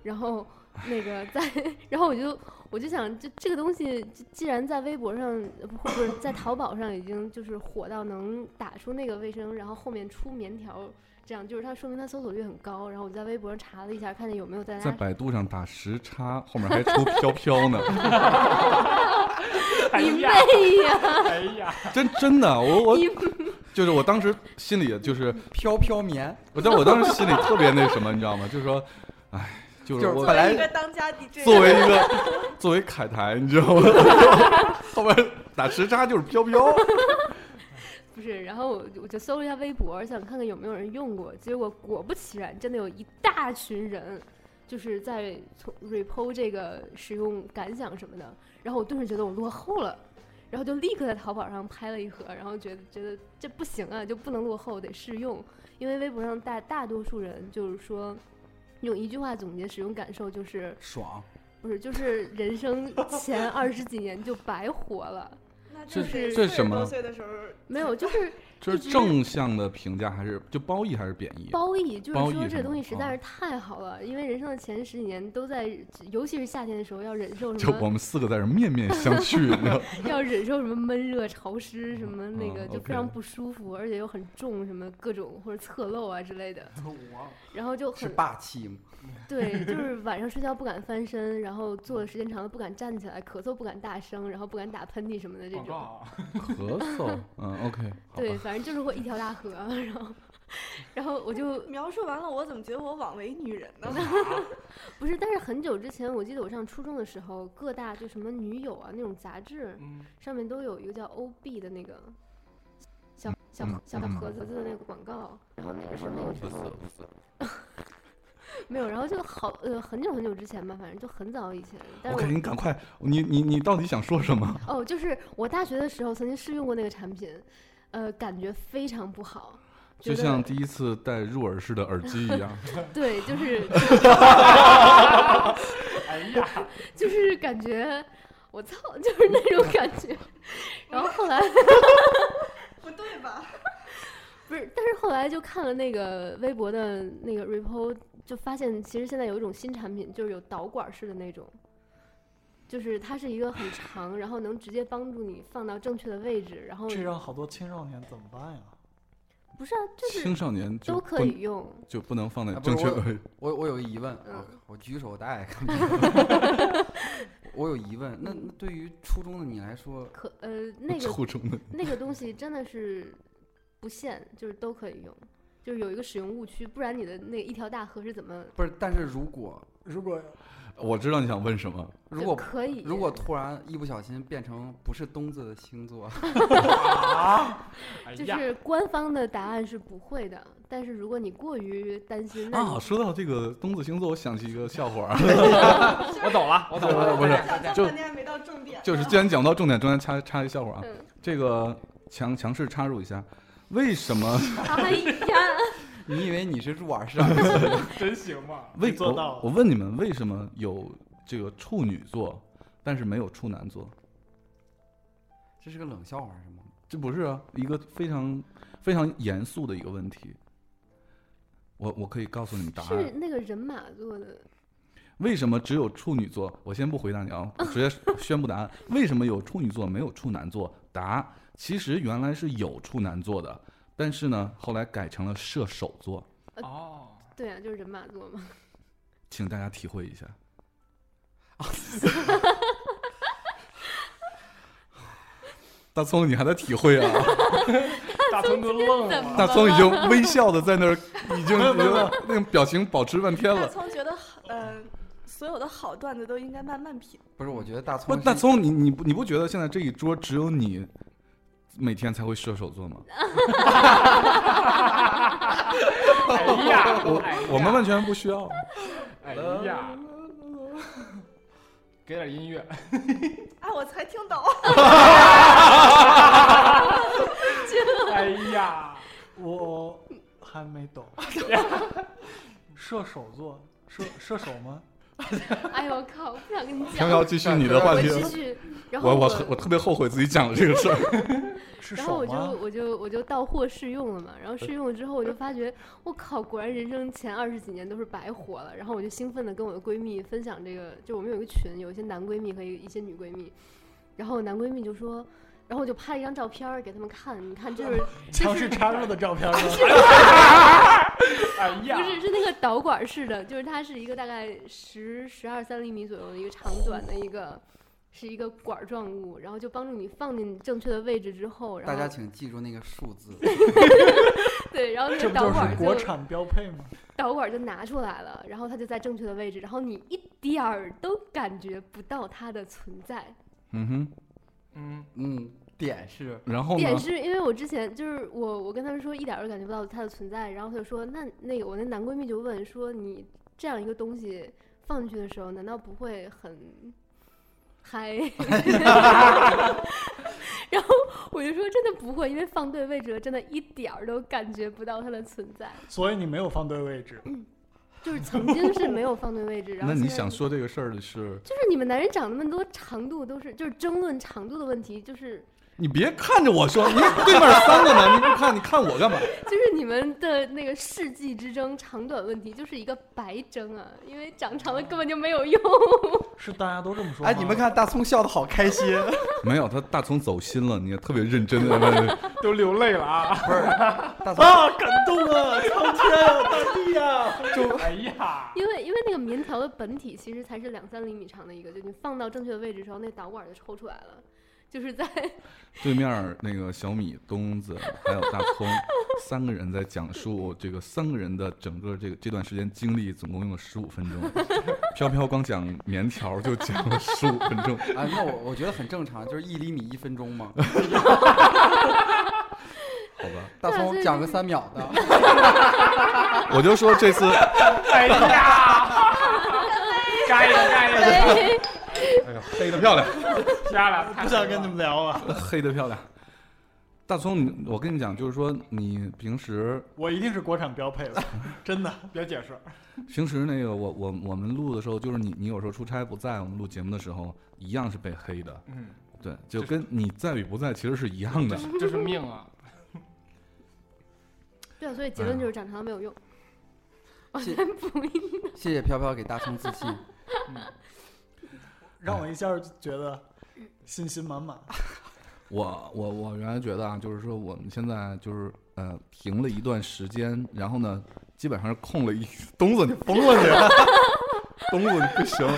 Speaker 4: 然后那个在， 然后我就我就想，这这个东西既既然在微博上，呃不不是在淘宝上已经就是火到能打出那个卫生，然后后面出棉条，这样就是它说明它搜索率很高。然后我在微博上查了一下，看见有没有大
Speaker 1: 在
Speaker 4: 家
Speaker 1: 百度上打时差，后面还出飘飘呢，
Speaker 6: 哎
Speaker 4: 你
Speaker 6: 呀，
Speaker 4: 妹呀，
Speaker 6: 哎呀，
Speaker 1: 真真的，我我
Speaker 4: 你
Speaker 1: 就是我当时心里就是，
Speaker 2: 飘飘棉，
Speaker 1: 我但我当时心里特别那什么，你知道吗？就是说，哎，就
Speaker 2: 就是
Speaker 1: 我
Speaker 3: 作
Speaker 2: 本来
Speaker 3: 为一个当家 DJ，
Speaker 1: 作为一个作为凯台，你知道吗？后面打时差就是飘飘，
Speaker 4: 不是，然后我就我就搜了一下微博，想看看有没有人用过，结果果不其然，真的有一大群人就是在从 repo 这个使用感想什么的，然后我顿时觉得我落后了，然后就立刻在淘宝上拍了一盒，然后觉得觉得这不行啊，就不能落后，得试用，因为微博上大大多数人就是说。用一句话总结使用感受就是
Speaker 2: 爽，
Speaker 4: 不是就是人生前二十几年就白活了，
Speaker 3: 那
Speaker 1: 这
Speaker 3: 是
Speaker 1: 这
Speaker 3: 四
Speaker 1: 什
Speaker 3: 十
Speaker 1: 么
Speaker 3: 多岁的时候
Speaker 4: 没有就是
Speaker 1: 这是正向的评价还是就褒义还是贬义？啊
Speaker 4: 褒义，就
Speaker 1: 褒
Speaker 4: 是
Speaker 1: 义
Speaker 4: 说
Speaker 1: 是
Speaker 4: 这个东
Speaker 1: 吗
Speaker 4: 西实
Speaker 1: 啊
Speaker 4: 在是太好了，因为人生的前十几年都在，尤其是夏天的时候要忍受什
Speaker 1: 就我
Speaker 4: 么，
Speaker 1: 们四个在这儿面面相觑，你知道
Speaker 4: 要忍受什么闷热、潮湿什么那
Speaker 1: 嗯
Speaker 4: 个就
Speaker 1: ，OK
Speaker 4: 非常不舒服，而且又很重，什么各种或者侧漏啊之类的，
Speaker 5: 我
Speaker 4: 然后就是很
Speaker 2: 霸气吗？
Speaker 4: 对，就是晚上睡觉不敢翻身，然后坐的时间长了不敢站起来，咳嗽不敢大声，然后不敢打喷嚏什么的这
Speaker 6: 广告
Speaker 4: 种。
Speaker 6: 啊，
Speaker 1: 咳嗽， 嗯，OK，好
Speaker 4: 对，
Speaker 1: 吧，
Speaker 4: 反正就是会一条大河， 然后，然后我就
Speaker 3: 描述完了，我怎么觉得我枉为女人呢？
Speaker 4: 不是，但是很久之前，我记得我上初中的时候，各大就什么女友啊那种杂志
Speaker 6: 嗯，
Speaker 4: 上面都有一个叫 OB 的那个小小
Speaker 1: 嗯
Speaker 4: 小
Speaker 1: 嗯
Speaker 4: 盒子的那个广告，然后那个时候 没有，然后就好呃很久很久之前吧，反正就很早以前，但是
Speaker 1: ，OK，
Speaker 4: 我
Speaker 1: 你赶快，你你你到底想说什么？
Speaker 4: 哦，就是我大学的时候曾经试用过那个产品，呃，感觉非常不好。
Speaker 1: 就
Speaker 4: 觉得
Speaker 1: 像第一次戴入耳式的耳机一样，
Speaker 4: 对，就是，
Speaker 5: 哎
Speaker 4: 就是感觉，我操，就是那种感觉。然后后来
Speaker 3: 不对吧？
Speaker 4: 不是，但是后来就看了那个微博的那个 repo，就发现其实现在有一种新产品，就是有导管式的那种，就是它是一个很长，然后能直接帮助你放到正确的位置，然后
Speaker 5: 这让好多青少年怎么办呀？
Speaker 4: 不是啊，就是
Speaker 1: 青少年就
Speaker 4: 都可
Speaker 1: 不
Speaker 4: 以用。
Speaker 1: 就不能放在
Speaker 2: 啊不
Speaker 1: 正
Speaker 2: 是
Speaker 1: 确
Speaker 2: 我
Speaker 1: 的 位置。
Speaker 2: 我我有个疑问，我
Speaker 4: 嗯
Speaker 2: 我举手，大家也看不见。 我有疑问，那那对于初中的你来说，
Speaker 4: 可呃，那个
Speaker 1: 初中的
Speaker 4: 那个东西真的是不限，就是都可以用，就是有一个使用误区，不然你的那一条大河是怎么
Speaker 2: 不是？但是如果
Speaker 5: 如果
Speaker 1: 我知道你想问什么，
Speaker 2: 如
Speaker 4: 就
Speaker 2: 果
Speaker 4: 可以？
Speaker 2: 如果突然一不小心变成不是东子的星座，
Speaker 6: 哎
Speaker 4: 就
Speaker 6: 呀，
Speaker 4: 是官方的答案是不会的，但是如果你过于担心，那
Speaker 1: 啊，
Speaker 4: 你
Speaker 1: 说到这个东子星座，我想起一个笑话儿，
Speaker 6: 我懂了，我懂
Speaker 1: 不是
Speaker 6: 了，
Speaker 1: 不是
Speaker 3: 想象
Speaker 1: 哎就
Speaker 3: 半天没到重点呢，
Speaker 1: 就是既然讲到重点，中间插插一笑话啊，
Speaker 4: 嗯，
Speaker 1: 这个强强势插入一下，为什么
Speaker 4: 哎呀，
Speaker 2: 你以为你是入耳式耳机？
Speaker 6: 真行嘛，
Speaker 1: 为
Speaker 5: 做到
Speaker 1: 我
Speaker 5: 了
Speaker 1: 我问你们为什么有这个处女座，但是没有处男座？
Speaker 2: 这是个冷笑话是吗？
Speaker 1: 这不是啊，一个非常非常严肃的一个问题。我我可以告诉你们 答
Speaker 4: 是
Speaker 1: 案，
Speaker 4: 那个人马座的，
Speaker 1: 为什么只有处女座？我先不回答你
Speaker 5: 哦
Speaker 1: 啊，我直接宣布答案。为什么有处女座没有处男座？答：其实原来是有处男座的，但是呢，后来改成了射手座，
Speaker 6: 哦，
Speaker 4: 对啊，就是人马座嘛。
Speaker 1: 请大家体会一下。 大葱，你还在体会啊？
Speaker 6: 大聪哥愣
Speaker 4: 怎么
Speaker 6: 了，
Speaker 1: 大葱已经微笑的在那儿，已经
Speaker 5: 没有没有没有
Speaker 1: 那个表情保持半天
Speaker 3: 大
Speaker 1: 了。
Speaker 3: 葱觉得，嗯、所有的好段子都应该慢慢品。
Speaker 2: 不是，我觉得大
Speaker 1: 不，
Speaker 2: 葱
Speaker 1: 大
Speaker 2: 是
Speaker 1: 葱，你你不你不觉得现在这一桌只有你每天才会射手座吗？
Speaker 6: 哎呀，
Speaker 1: 我
Speaker 6: 哎呀
Speaker 1: 我们完全不需要。
Speaker 6: 哎呀，给点音乐，
Speaker 3: 哎，我才听懂，
Speaker 6: 哎呀，
Speaker 5: 我还没懂， 射手座，射射手吗？
Speaker 4: 哎呦我靠，我不想跟你
Speaker 1: 飘
Speaker 4: 讲，
Speaker 1: 飘，
Speaker 4: 我
Speaker 1: 继续你的话题。
Speaker 4: 继续。然后
Speaker 1: 我我特我特别后悔自己讲了这个事儿。
Speaker 5: 是
Speaker 4: 然后
Speaker 5: 手
Speaker 4: 我就
Speaker 5: 吗？
Speaker 4: 我就我就到货试用了嘛，然后试用了之后我就发觉，我靠，果然人生前二十几年都是白活了。然后我就兴奋的跟我的闺蜜分享这个，就我们有一个群，有一些男闺蜜和一一些女闺蜜，然后男闺蜜就说，然后我就拍了一张照片儿给他们看，你看这是这
Speaker 5: 强
Speaker 4: 是
Speaker 5: 势插入的照片吗？
Speaker 6: 哎呀
Speaker 4: 不，是是那个导管式的，就是它是一个大概十十二三厘米左右的一个长短的一个。是一个管儿状物，然后就帮助你放进正确的位置之后，然
Speaker 2: 大
Speaker 4: 后
Speaker 2: 家请记住那个数字，
Speaker 4: 对，然后那
Speaker 5: 这不
Speaker 4: 个导
Speaker 5: 就
Speaker 4: 管儿
Speaker 5: 是
Speaker 4: 就
Speaker 5: 国产标配吗？
Speaker 4: 导管就拿出来了，然后它就在正确的位置，然后你一点儿都感觉不到它的存在。
Speaker 1: 嗯哼，
Speaker 6: 嗯，
Speaker 2: 嗯，点是
Speaker 1: 然后呢
Speaker 4: 点？是因为我之前就是我我跟他们说一点儿都感觉不到它的存在，然后他就说那那个我那男闺蜜就问说你这样一个东西放进去的时候，难道不会很嗨？ 然后我就说真的不会，因为放对位置了，真的一点儿都感觉不到它的存在。
Speaker 5: 所以你没有放对位置。
Speaker 4: 就是曾经是没有放对位置，然后
Speaker 1: 那你
Speaker 4: 现在
Speaker 1: 想说这个事儿的是，
Speaker 4: 就是你们男人长那么多长度都是就是争论长度的问题，就是
Speaker 1: 你别看着我说，你对面三个呢，你不看，你看我干嘛？
Speaker 4: 就是你们的那个世纪之争长短问题，就是一个白争啊，因为长长的根本就没有用。
Speaker 5: 是大家都这么说吗？
Speaker 2: 哎，你们看大葱笑的好开心，
Speaker 1: 没有，他大葱走心了，你也特别认真的问，
Speaker 5: 都流泪了啊！
Speaker 2: 不是 大葱
Speaker 5: 啊，感动啊！苍天啊，大地呀、
Speaker 2: 就
Speaker 5: 哎呀，
Speaker 4: 因为因为那个棉条的本体其实才是两三厘米长的一个，就你放到正确的位置之后，那导管就抽出来了。就是在
Speaker 1: 对面儿那个小米、东子还有大葱三个人在讲述这个三个人的整个这个这段时间经历，总共用了十五分钟。 飘飘光讲棉条就讲了十五分钟，
Speaker 2: 哎，那我我觉得很正常，就是一厘米一分钟 嘛。
Speaker 1: 好吧？
Speaker 2: 大
Speaker 4: 对啊所
Speaker 2: 葱
Speaker 4: 以
Speaker 2: 讲
Speaker 4: 就
Speaker 2: 个
Speaker 4: 是
Speaker 2: 三秒 的，
Speaker 1: 我就说这次
Speaker 5: 哎呀，干一个，干一个，
Speaker 4: 哎
Speaker 1: 黑的漂亮。
Speaker 5: 瞎了，不想跟你们聊啊了。
Speaker 1: 黑的漂亮。大葱，你我跟你讲，就是说你平时
Speaker 5: 我一定是国产标配了， 真的，别解释。
Speaker 1: 平时那个我我我们录的时候，就是你你有时候出差不在，我们录节目的时候一样是被黑的，
Speaker 6: 嗯，
Speaker 1: 对，就跟你在与不在其实是一样
Speaker 6: 这
Speaker 1: 的。
Speaker 6: 是这是命啊！
Speaker 4: 对啊，所以结论就是长长的没有用，完
Speaker 2: 谢
Speaker 4: 全不一定。
Speaker 2: 谢谢飘飘给大葱自信。
Speaker 5: 让我一下就觉得信心满满。
Speaker 1: 我我我原来觉得啊，就是说我们现在就是呃停了一段时间，然后呢，基本上是空了一 东子，你疯了你，东子你不行。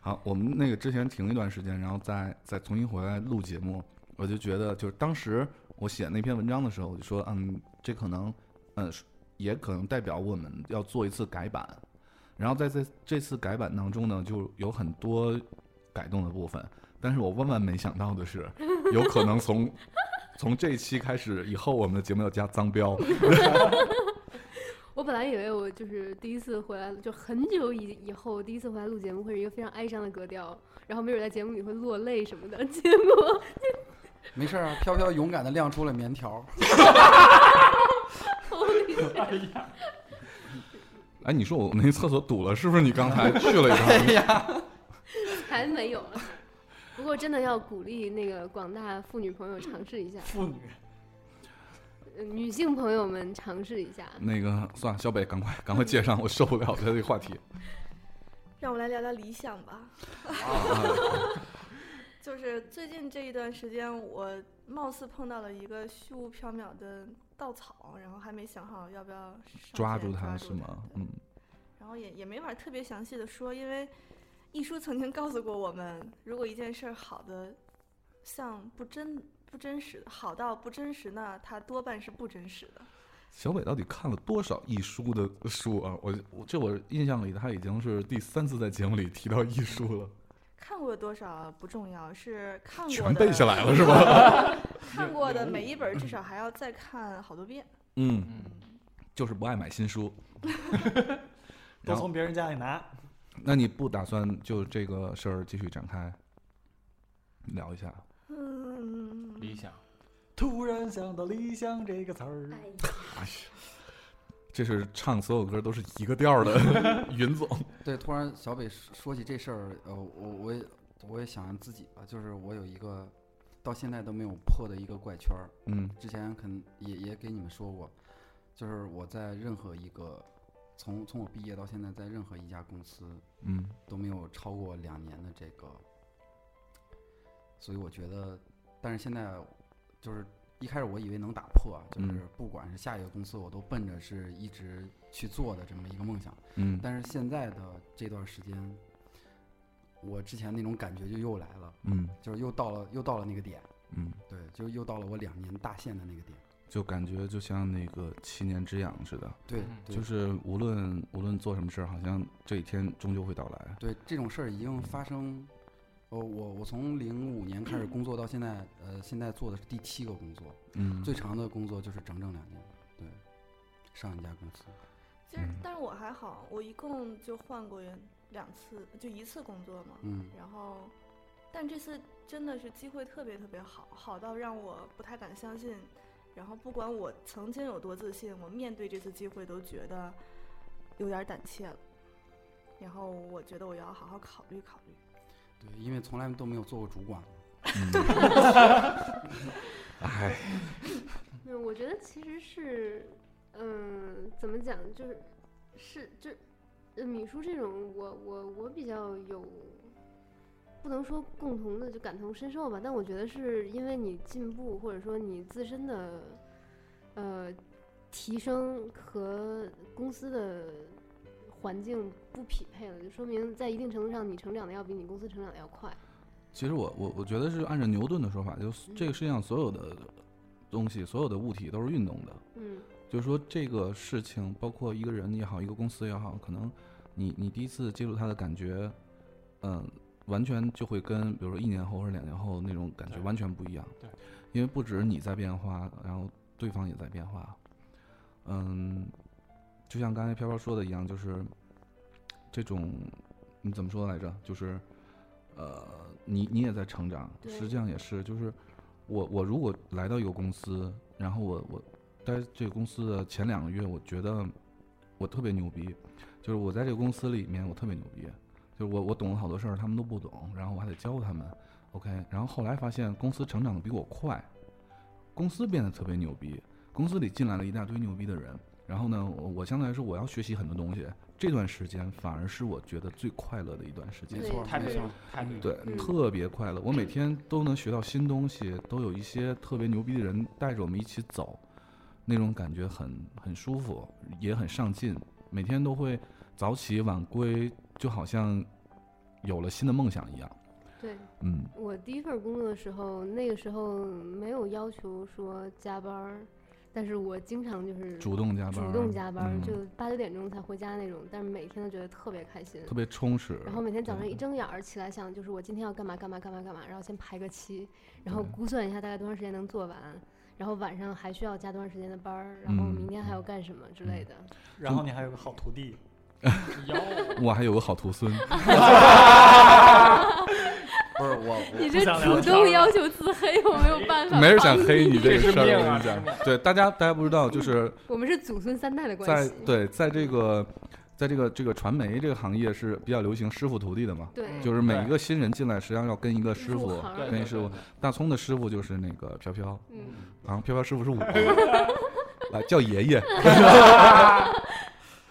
Speaker 1: 好，我们那个之前停一段时间，然后再再重新回来录节目，我就觉得就是当时我写那篇文章的时候，我就说，嗯，这可能，嗯，也可能代表我们要做一次改版，然后在这这次改版当中呢，就有很多改动的部分，但是我万万没想到的是，有可能从从这一期开始以后，我们的节目要加脏标，
Speaker 4: 我本来以为我就是第一次回来，就很久以以后第一次回来录节目会是一个非常哀伤的格调，然后没准在节目里会落泪什么的。结果
Speaker 2: 没事儿啊，飘飘勇敢的亮出了棉条。
Speaker 5: 哎呀，
Speaker 1: 哎，你说我那厕所堵了，是不是你刚才去了一趟？
Speaker 4: 才没有了。不过真的要鼓励那个广大妇女朋友尝试一下，
Speaker 5: 妇女，
Speaker 4: 呃女性朋友们尝试一下。
Speaker 1: 那个算了，小北，赶快赶快接上，我受不了他这个话题。
Speaker 3: 让我来聊聊理想吧。
Speaker 1: 啊
Speaker 3: 就是最近这一段时间，我貌似碰到了一个虚无缥缈的稻草，然后还没想好要不要上线
Speaker 1: 抓住
Speaker 3: 抓
Speaker 1: 他
Speaker 3: 住
Speaker 1: 是吗？
Speaker 3: 对
Speaker 1: 嗯，
Speaker 3: 然后也也没法特别详细的说，因为一书曾经告诉过我们，如果一件事儿好的像不真不真实，好到不真实呢，它多半是不真实的。
Speaker 1: 小北到底看了多少艺书的书啊？我我这我印象里他已经是第三次在节目里提到艺书了，
Speaker 3: 看过多少不重要，是看过
Speaker 1: 全
Speaker 3: 的
Speaker 1: 背下来了是吧？
Speaker 3: 看过的每一本儿至少还要再看好多遍。
Speaker 1: 嗯，
Speaker 6: 嗯，
Speaker 1: 就是不爱买新书。
Speaker 5: 都
Speaker 1: 然后
Speaker 5: 从别人家里拿。
Speaker 1: 那你不打算就这个事儿继续展开聊一下？
Speaker 3: 嗯，
Speaker 6: 理想，
Speaker 5: 突然想到“理想”这个词儿，
Speaker 4: 哎
Speaker 1: 哎这是唱所有歌都是一个调儿的云总，
Speaker 2: 对，突然小北说说起这事儿，呃，我我也我也想自己吧，就是我有一个到现在都没有破的一个怪圈儿，
Speaker 1: 嗯
Speaker 2: 之前可能也也给你们说过，就是我在任何一个从从我毕业到现在，在任何一家公司
Speaker 1: 嗯，
Speaker 2: 都没有超过两年的这个，所以我觉得，但是现在就是一开始我以为能打破啊，就
Speaker 1: 嗯
Speaker 2: 是不管是下一个公司，我都奔着是一直去做的这么一个梦想。
Speaker 1: 嗯
Speaker 2: 但是现在的这段时间，我之前那种感觉就又来了，
Speaker 1: 嗯
Speaker 2: 就是又到了又到了那个点，
Speaker 1: 嗯，
Speaker 2: 对，就又到了我两年大限的那个点，
Speaker 1: 就感觉就像那个七年之痒似的，
Speaker 2: 对，
Speaker 6: 嗯
Speaker 2: 对
Speaker 1: 就是无论无论做什么事儿，好像这一天终究会到来。
Speaker 2: 对这种事儿已经发生。呃，我我从零五年开始工作到现在，呃，现在做的是第七个工作，
Speaker 1: 嗯，
Speaker 2: 最长的工作就是整整两年，对，上一家公司。
Speaker 3: 其实
Speaker 1: 嗯，
Speaker 3: 但是我还好，我一共就换过两次，就一次工作嘛。
Speaker 2: 嗯，
Speaker 3: 然后，但这次真的是机会特别特别好，好到让我不太敢相信。然后，不管我曾经有多自信，我面对这次机会都觉得有点胆怯了。然后，我觉得我要好好考虑考虑。
Speaker 2: 对，因为从来都没有做过主管。
Speaker 1: 哎，
Speaker 4: 嗯，我觉得其实是，嗯，怎么讲，就是是就，呃米叔这种，我我我比较有，不能说共同的就感同身受吧，但我觉得是因为你进步，或者说你自身的，呃，提升和公司的环境不匹配了，就说明在一定程度上，你成长的要比你公司成长的要快。
Speaker 1: 其实我我我觉得是按照牛顿的说法，就是这个世界上所有的东西，所有的物体都是运动的。
Speaker 4: 嗯
Speaker 1: 就是说这个事情，包括一个人也好，一个公司也好，可能你你第一次接触它的感觉，嗯，完全就会跟比如说一年后或者两年后那种感觉
Speaker 6: 对
Speaker 1: 完全不一样。
Speaker 6: 对，
Speaker 1: 因为不止你在变化，然后对方也在变化。嗯，就像刚才飘飘说的一样，就是这种你怎么说来着？就是呃，你你也在成长，
Speaker 4: 对
Speaker 1: 实际上也是，就是我我如果来到一个公司，然后我我待这个公司的前两个月，我觉得我特别牛逼，就是我在这个公司里面我特别牛逼，就是我我懂了好多事儿，他们都不懂，然后我还得教他们。OK，然后后来发现公司成长的比我快，公司变得特别牛逼，公司里进来了一大堆牛逼的人。然后呢，我我相对来说我要学习很多东西，这段时间反而是我觉得最快乐的一段时间
Speaker 2: 没。
Speaker 4: 对
Speaker 2: 错，
Speaker 6: 太
Speaker 2: 没
Speaker 6: 对
Speaker 2: 错
Speaker 6: 了。，太对了。
Speaker 1: 对，
Speaker 4: 嗯
Speaker 1: 特别快乐。我每天都能学到新东西，都有一些特别牛逼的人带着我们一起走，那种感觉很很舒服，也很上进。每天都会早起晚归，就好像有了新的梦想一样。
Speaker 4: 对，
Speaker 1: 嗯，
Speaker 4: 我第一份工作的时候，那个时候没有要求说加班儿，但是我经常就是
Speaker 1: 主动加班儿，
Speaker 4: 主动加班儿，
Speaker 1: 嗯、
Speaker 4: 就八九点钟才回家那种，但是每天都觉得特别开心。
Speaker 1: 特嗯别充实。
Speaker 4: 然后每天早上
Speaker 1: 对
Speaker 4: 一睁眼儿起来想，就是我今天要干嘛干嘛干嘛干嘛，然后先排个期，然后
Speaker 1: 对
Speaker 4: 估算一下大概多长时间能做完，然后晚上还需要加多长时间的班儿，然后
Speaker 1: 嗯
Speaker 4: 明天还要干什么之类的。
Speaker 5: 然后你还有个好徒弟，
Speaker 6: 有
Speaker 1: 我还有个好徒孙，
Speaker 2: 不是我，
Speaker 4: 你
Speaker 5: 嗯不
Speaker 4: 这
Speaker 5: 想聊
Speaker 4: 主
Speaker 5: 天儿
Speaker 4: 动
Speaker 5: 了
Speaker 4: 要求自黑，我 没有办法。
Speaker 1: 没人想。黑你这
Speaker 6: 这
Speaker 1: 个
Speaker 6: 是
Speaker 1: 事儿。
Speaker 6: 命
Speaker 1: 我跟
Speaker 6: 啊
Speaker 1: 你
Speaker 6: 这是命
Speaker 1: 讲，对大家大家不知道，就是
Speaker 4: 我们是祖孙三代的关
Speaker 1: 在
Speaker 4: 系。
Speaker 1: 对在这个在这个这个传媒这个行业是比较流行师傅徒弟的嘛，
Speaker 4: 对，
Speaker 1: 就是每一个新人进来，实际上要跟一个师
Speaker 4: 入
Speaker 1: 傅，
Speaker 4: 行
Speaker 6: 对
Speaker 1: 跟
Speaker 6: 对
Speaker 1: 一师傅
Speaker 6: 对。
Speaker 1: 大葱的师傅就是那个飘飘，
Speaker 4: 嗯，
Speaker 1: 然后飘飘师傅是 我，来叫爷爷。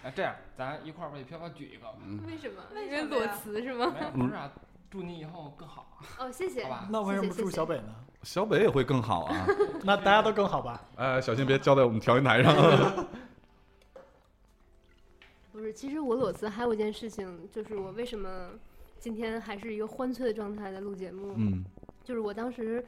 Speaker 6: 哎，这样咱一块儿为飘飘举一个吧。
Speaker 4: 为什么？
Speaker 3: 为
Speaker 4: 因
Speaker 3: 什
Speaker 4: 为
Speaker 3: 么
Speaker 4: 裸
Speaker 3: 呀
Speaker 4: 辞是吗？
Speaker 6: 没 有，不是啊，祝你以后更好啊。
Speaker 4: 哦，谢谢
Speaker 6: 好。吧
Speaker 5: 那为什么不
Speaker 4: 谢谢
Speaker 5: 住小北呢？
Speaker 1: 小北也会更好啊，
Speaker 5: 那大家都更好吧？
Speaker 1: 呃，小心别浇在我们调音台上。
Speaker 4: 不是，其实我裸辞还有一件事情，就是我为什么今天还是一个欢脆的状态在录节目，
Speaker 1: 嗯
Speaker 4: 就是我当时。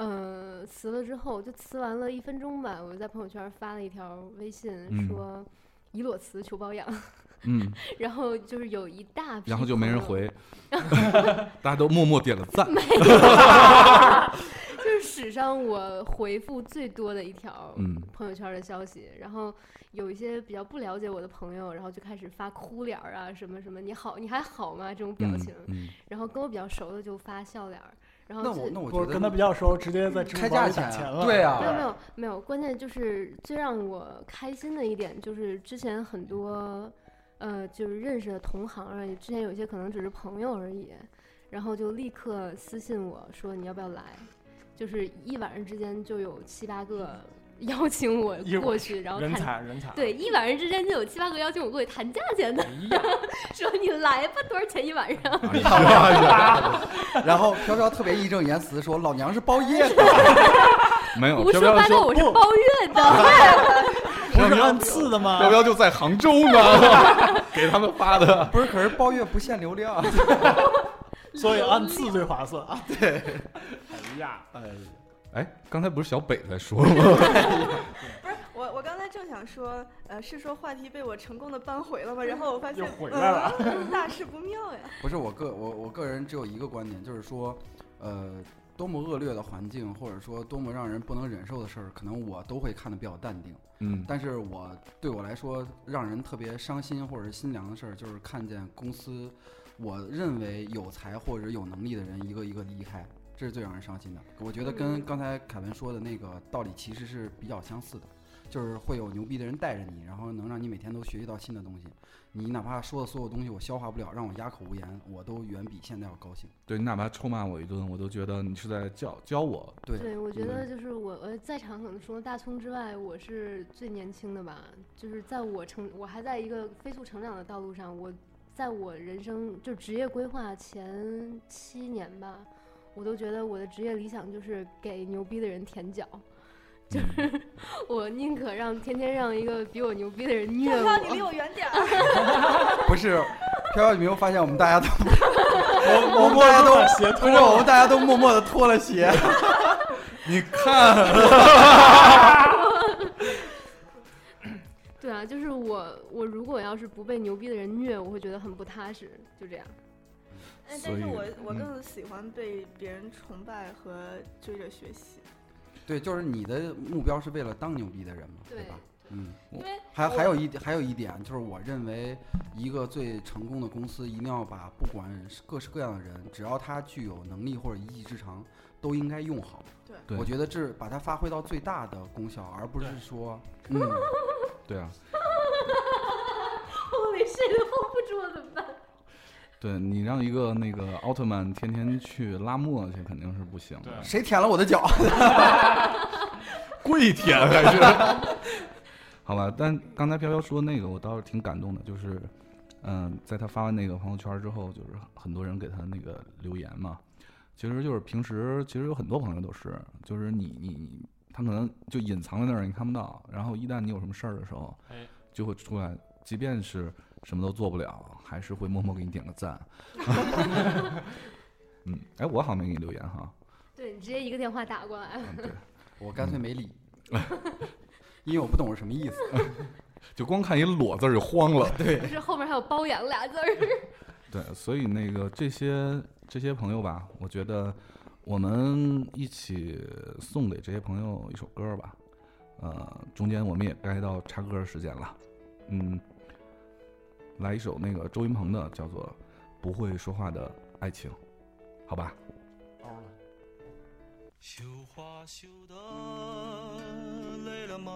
Speaker 4: 呃，辞了之后就辞完了一分钟吧，我就在朋友圈发了一条微信
Speaker 1: 嗯
Speaker 4: 说“已裸辞求包养
Speaker 1: 嗯，”，
Speaker 4: 然后就是有一大批，
Speaker 1: 然后就没人， 回，大家都默默点了赞。
Speaker 4: 就是史上我回复最多的一条
Speaker 1: 嗯
Speaker 4: 朋友圈的消息，然后有一些比较不了解我的朋友，然后就开始发哭脸儿啊，什么什么你好，你还好吗这种表
Speaker 1: 嗯
Speaker 4: 情，
Speaker 1: 嗯，
Speaker 4: 然后跟我比较熟的就发笑脸儿，然后
Speaker 2: 那
Speaker 4: 最
Speaker 2: 我那我
Speaker 5: 不
Speaker 2: 觉
Speaker 5: 是跟他比
Speaker 2: 得
Speaker 5: 较熟，直接在支
Speaker 2: 开
Speaker 5: 付宝
Speaker 2: 价
Speaker 5: 里打
Speaker 2: 钱啊
Speaker 5: 了。
Speaker 2: 对啊
Speaker 4: 没有没
Speaker 6: 对
Speaker 4: 有没有，关键就是最让我开心的一点就是之前很多呃就是认识的同行而已，之前有些可能只是朋友而已，然后就立刻私信我说你要不要来，就是一晚上之间就有七八个邀请我
Speaker 5: 一晚
Speaker 4: 过去，然后
Speaker 6: 人
Speaker 4: 谈。
Speaker 6: 才人才。
Speaker 4: 对，一晚上之间就有七八个邀请我过去谈价钱的，
Speaker 6: 哎呀，
Speaker 4: 说你来吧，多少钱一晚上？
Speaker 1: 哎呀
Speaker 2: 然后飘飘特别义正言辞地说：“老娘是包夜的，
Speaker 1: 没有，
Speaker 4: 胡
Speaker 1: 飘
Speaker 4: 说
Speaker 1: 飘
Speaker 4: 八道，
Speaker 1: 就
Speaker 4: 我是包月的。
Speaker 5: 不是按次的吗
Speaker 1: 飘？飘就在杭州 呢，给他们发的。
Speaker 2: 不是，可是包月不限流 量。啊
Speaker 5: 所以按次最划算啊！
Speaker 6: 哎呀，
Speaker 1: 哎，刚才不是小北在说吗？
Speaker 3: 不是我，我刚才正想说，呃，是说话题被我成功的扳回 了吗？然后我发现呃
Speaker 6: 又回来了
Speaker 3: 嗯大事不妙呀！”
Speaker 2: 不是我个我我个人只有一个观点，就是说，呃，多么恶劣的环境，或者说多么让人不能忍受的事儿，可能我都会看得比较淡定。
Speaker 1: 嗯
Speaker 2: 但是我对我来说，让人特别伤心或者是心凉的事儿，就是看见公司我认为有才或者有能力的人一个一个离开，这是最让人伤心的。我觉得跟
Speaker 4: 嗯
Speaker 2: 刚才凯文说的那个道理其实是比较相似的，就是会有牛逼的人带着你，然后能让你每天都学习到新的东西。你哪怕说的所有东西我消化不了，让我哑口无言，我都远比现在要高兴。
Speaker 1: 对你哪怕臭骂我一顿，我都觉得你是在教教我。
Speaker 2: 对，嗯
Speaker 4: 对，我觉
Speaker 1: 对
Speaker 4: 得就是我呃，在场可能除了大葱之外，我是最年轻的吧。就是在我成，我还在一个飞速成长的道路上。我在我人生就职业规划前七年吧，我都觉得我的职业理想就是给牛逼的人舔脚。
Speaker 1: 嗯
Speaker 4: 我宁可让天天让一个比我牛逼的人虐
Speaker 3: 飘飘，你离
Speaker 4: 我。
Speaker 3: 我远点儿。
Speaker 2: 不是，飘飘，你没有发现我们大家都
Speaker 5: 我我
Speaker 2: 们大家都
Speaker 5: 把鞋
Speaker 2: 不
Speaker 5: 脱
Speaker 2: 是，
Speaker 5: 了
Speaker 2: 我们大家都默默的脱了鞋。
Speaker 1: 你看，
Speaker 4: 对啊，就是我，我如果要是不被牛逼的人虐，我会觉得很不踏实。就这样。
Speaker 3: 哎，
Speaker 1: 所
Speaker 3: 但
Speaker 1: 以
Speaker 3: 是我我
Speaker 1: 嗯
Speaker 3: 更喜欢被别人崇拜和追着学习，
Speaker 2: 对，就是你的目标是为了当牛逼的人嘛，对
Speaker 4: 对
Speaker 2: 吧？嗯，
Speaker 3: 因为
Speaker 2: 还
Speaker 3: 我
Speaker 2: 还有一还有一点就是，我认为一个最成功的公司一定要把不管是各式各样的人，只要他具有能力或者一技之长，都应该用好。
Speaker 1: 对
Speaker 2: 我觉得这把它发挥到最大的功效，而不是
Speaker 5: 对
Speaker 2: 说，嗯，
Speaker 1: 对啊，
Speaker 4: 我谁都 hold 不住，怎么办？
Speaker 1: 对你让一个那个奥特曼天天去拉磨去，肯定是不行的。
Speaker 2: 谁舔了我的脚？
Speaker 1: 跪舔还是？ 好吧，但刚才飘飘说那个，我倒是挺感动的，就是，嗯、在他发完那个朋友圈之后，就是很多人给他那个留言嘛，其实就是平时其实有很多朋友都是，就是你你你，他可能就隐藏在那儿，你看不到，然后一旦你有什么事儿的时候
Speaker 5: 哎，
Speaker 1: 就会出来，即便是什么都做不了，还是会默默给你点个赞。嗯，哎，我好像没给你留言哈，
Speaker 4: 对你直接一个电话打过来，
Speaker 1: 嗯，对，
Speaker 2: 我干脆没理， 因为我不懂是什么意思。
Speaker 1: 就光看一裸字儿就慌了。
Speaker 4: 就是后面还有包养俩字儿。
Speaker 1: 对，所以那个这些这些朋友吧，我觉得我们一起送给这些朋友一首歌吧。呃，中间我们也该到插歌时间了，嗯，来一首那个周云鹏的，叫做《不会说话的爱情》，好吧？
Speaker 7: 绣花绣的累了吗？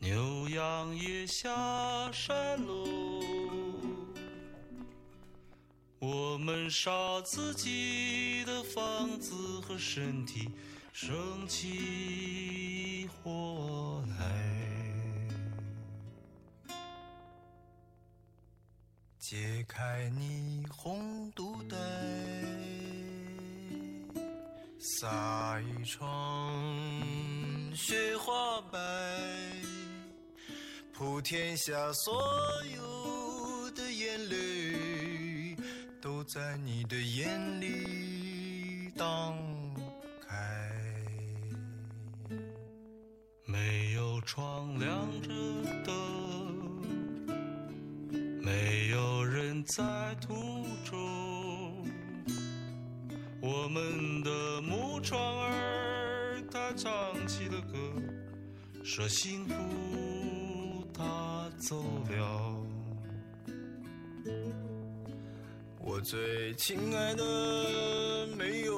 Speaker 7: 牛羊也下山喽，我们烧自己的房子和身体，生起火来。解开你红肚带，撒一床雪花白，铺天下所有的眼泪，都在你的眼里荡开。没有窗亮着灯。没有人在途中，我们的木船儿它唱起了歌，说幸福它走了。我最亲爱的没有，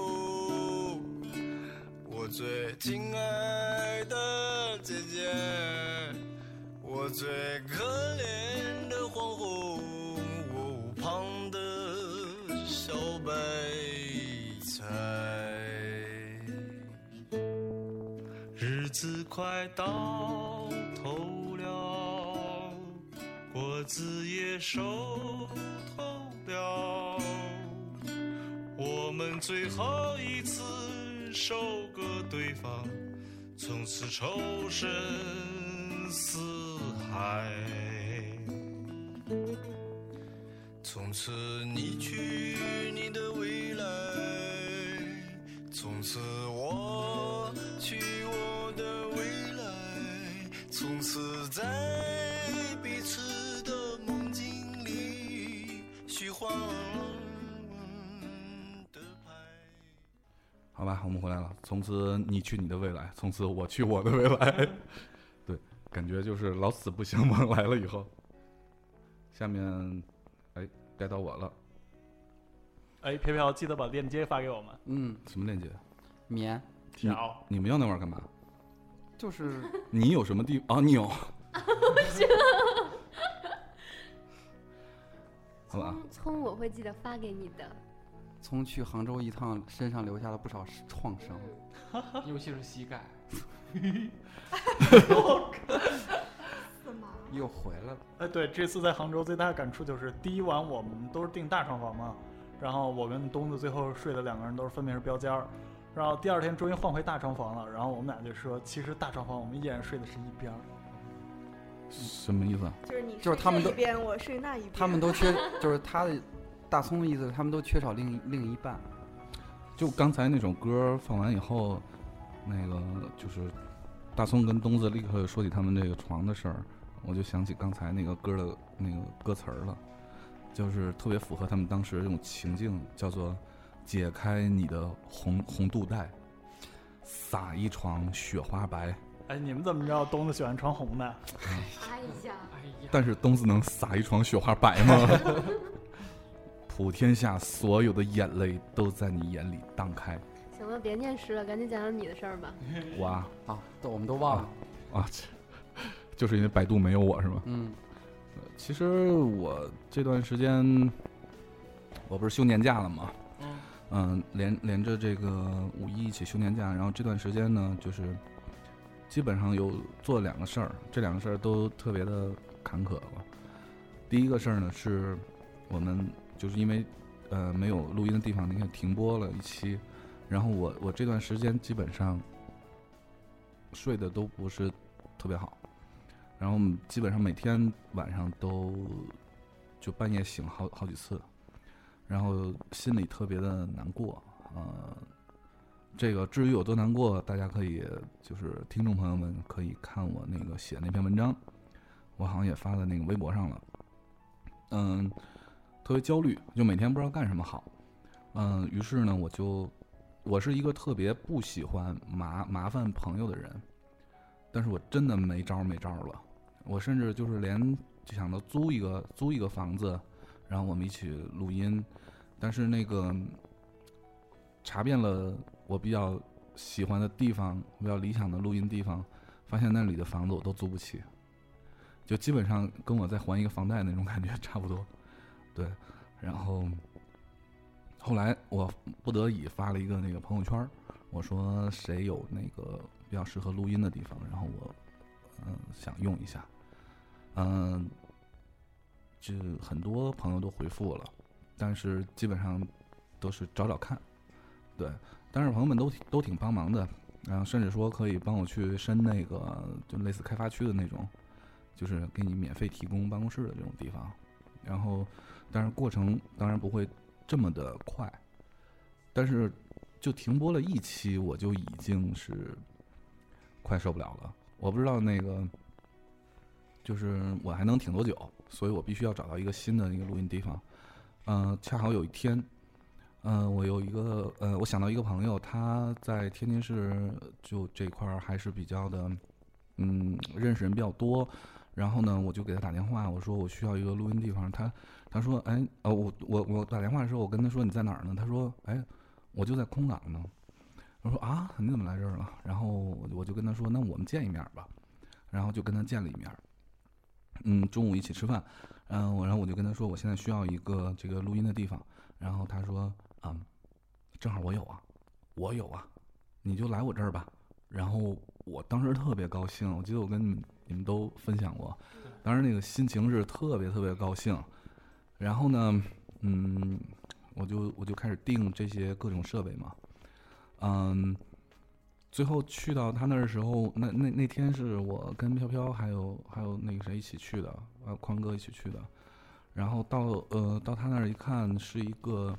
Speaker 7: 我最亲爱的姐姐。我最可怜的黄蜂，我旁的小白菜。日子快到头了，果子也熟透了，我们最后一次收割对方。从此仇深似海。从此你去你的未来，从此我去我的未来，从此在彼此的梦境里虚晃的拍。
Speaker 1: 好吧，我们回来了。从此你去你的未来，从此我去我的未来。 对，感觉就是老死不相往来了。以后，下面，哎，该到我了。
Speaker 5: 哎，飘飘，记得把链接发给我们。
Speaker 2: 嗯，
Speaker 1: 什么链接？
Speaker 2: 棉
Speaker 5: 条，
Speaker 1: 你们要那玩意儿干嘛？
Speaker 2: 就是
Speaker 1: 你有什么地啊？你有？ 好吧，
Speaker 4: 葱嗯葱我会记得发给你 的。
Speaker 2: 从去杭州一趟，身上留下了不少创伤。
Speaker 6: 尤其是膝盖。
Speaker 3: 怎么？
Speaker 2: 又回来了，
Speaker 5: 哎，对，这次在杭州最大的感触就是，第一晚我们都是订大床房嘛，然后我跟东子最后睡的两个人都是分别是标间儿，然后第二天终于换回大床房了，然后我们俩就说，其实大床房我们依然睡的是一边儿，
Speaker 1: 什么意思啊？
Speaker 3: 就是你
Speaker 2: 就是
Speaker 3: 睡
Speaker 2: 他们
Speaker 3: 这
Speaker 2: 都
Speaker 3: 一边，我睡那一边。
Speaker 2: 他们都缺， 就是他的大葱的意思，是他们都缺少另一另一半。
Speaker 1: 就刚才那首歌放完以后，那个就是大葱跟东子立刻说起他们这个床的事儿，我就想起刚才那个歌的那个歌词儿了，就是特别符合他们当时这种情境，叫做“解开你的红红肚带，撒一床雪花白
Speaker 5: 哎，你们怎么知道东子喜欢穿红的？
Speaker 4: 哎呀，
Speaker 6: 哎”，呀，
Speaker 1: 但是东子能撒一床雪花白吗？ 普天下所有的眼泪都在你眼里荡开，
Speaker 4: 行了，别念诗了，赶紧讲讲你的事儿吧。
Speaker 1: 哇
Speaker 2: 啊，都我们都忘了。
Speaker 1: 啊！这就是因为百度没有我是吗？
Speaker 2: 嗯，
Speaker 1: 其实我这段时间，我不是休年假了吗？
Speaker 6: 嗯
Speaker 1: 嗯，连连着这个五一一起休年假，然后这段时间呢，就是基本上有做两个事儿，这两个事儿都特别的坎坷吧。第一个事儿呢，是我们就是因为呃没有录音的地方，你看停播了一期，然后我我这段时间基本上睡得都不是特别好，然后我们基本上每天晚上都就半夜醒好好几次，然后心里特别的难过。呃，这个至于有多难过，大家可以就是听众朋友们可以看我那个写那篇文章，我好像也发在那个微博上了。嗯，特别焦虑，就每天不知道干什么好。嗯，于是呢，我就我是一个特别不喜欢麻麻烦朋友的人，但是我真的没招儿没招儿了。我甚至就是连就想到租一个租一个房子，然后我们一起录音，但是那个查遍了我比较喜欢的地方，我比较理想的录音地方，发现那里的房子我都租不起，就基本上跟我在还一个房贷那种感觉 差不多。对，然后后来我不得已发了一个那个朋友圈儿，我说谁有那个比较适合录音的地方，然后我嗯想用一下，嗯，这很多朋友都回复了，但是基本上都是找找看，对，但是朋友们都挺都挺帮忙的，然后甚至说可以帮我去申那个就类似开发区的那种，就是给你免费提供办公室的这种地方，然后但是过程当然不会这么的快，但是就停播了一期，我就已经是快受不了了。我不知道那个，就是我还能挺多久，所以我必须要找到一个新的一个录音地方。嗯、恰好有一天，嗯、我有一个呃，我想到一个朋友，他在天津市就这块儿还是比较的，嗯，认识人比较多。然后呢，我就给他打电话，我说我需要一个录音地方。他他说，哎，呃，我我我打电话的时候，我跟他说你在哪儿呢？他说，哎，我就在空港呢。我说啊，你怎么来这儿了？然后我我就跟他说，那我们见一面儿吧。然后就跟他见了一面儿。嗯，中午一起吃饭。嗯、我然后我就跟他说，我现在需要一个这个录音的地方。然后他说，嗯，正好我有啊，我有啊，你就来我这儿吧。然后我当时特别高兴，我记得我跟你们你们都分享过，当时那个心情是特别特别高兴。然后呢，嗯，我就我就开始订这些各种设备嘛。嗯，最后去到他那儿的时候，那那那天是我跟飘飘还有还有那个谁一起去的，呃，宽哥一起去的。然后到呃到他那儿一看，是一个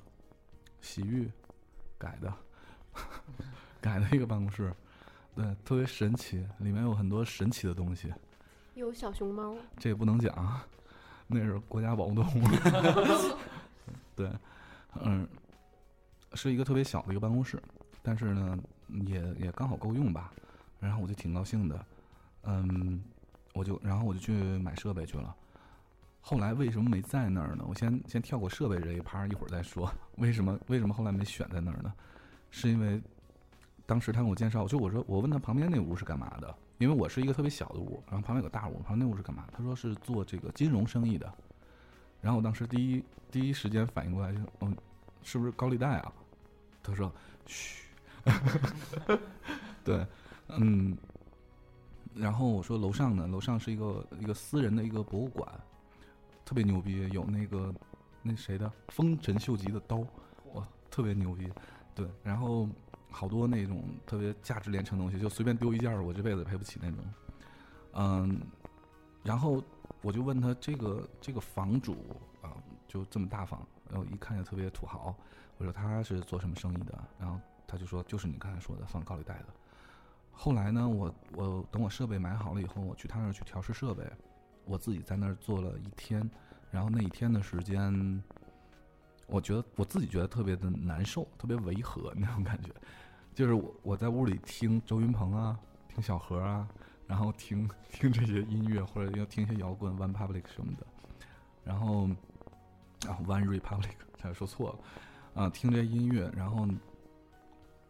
Speaker 1: 洗浴改的， 改的一个办公室，对，特别神奇，里面有很多神奇的东西，
Speaker 4: 有小熊猫，
Speaker 1: 这也不能讲 啊，那是国家保护动物。 对，嗯，是一个特别小的一个办公室，但是呢，也也刚好够用吧。然后我就挺高兴的，嗯，我就然后我就去买设备去了。后来为什么没在那儿呢？我先先跳过设备这一趴，一会儿再说。为什么为什么后来没选在那儿呢？是因为当时他给我介绍，就我说我问他旁边那屋是干嘛的，因为我是一个特别小的屋，然后旁边有个大屋，旁边那屋是干嘛？他说是做这个金融生意的。然后我当时第一第一时间反应过来就，嗯，是不是高利贷啊？他说，嘘， 对，嗯。然后我说楼上呢，楼上是一个一个私人的一个博物馆，特别牛逼，有那个那谁的丰臣秀吉的刀，哇，特别牛逼。对，然后好多那种特别价值连城的东西，就随便丢一件儿，我这辈子也赔不起那种。嗯，然后我就问他这个这个房主啊、就这么大方，然后一看就特别土豪。我说他是做什么生意的？然后他就说就是你刚才说的放高利贷的。后来呢，我我等我设备买好了以后，我去他那儿去调试设备，我自己在那儿做了一天，然后那一天的时间，我觉得我自己觉得特别的难受，特别违和那种感觉，就是我我在屋里听周云鹏啊，听小何啊，然后听听这些音乐，或者要听一些摇滚 One Public 什么的，然后啊 One Republic 差点说错了，啊听这些音乐，然后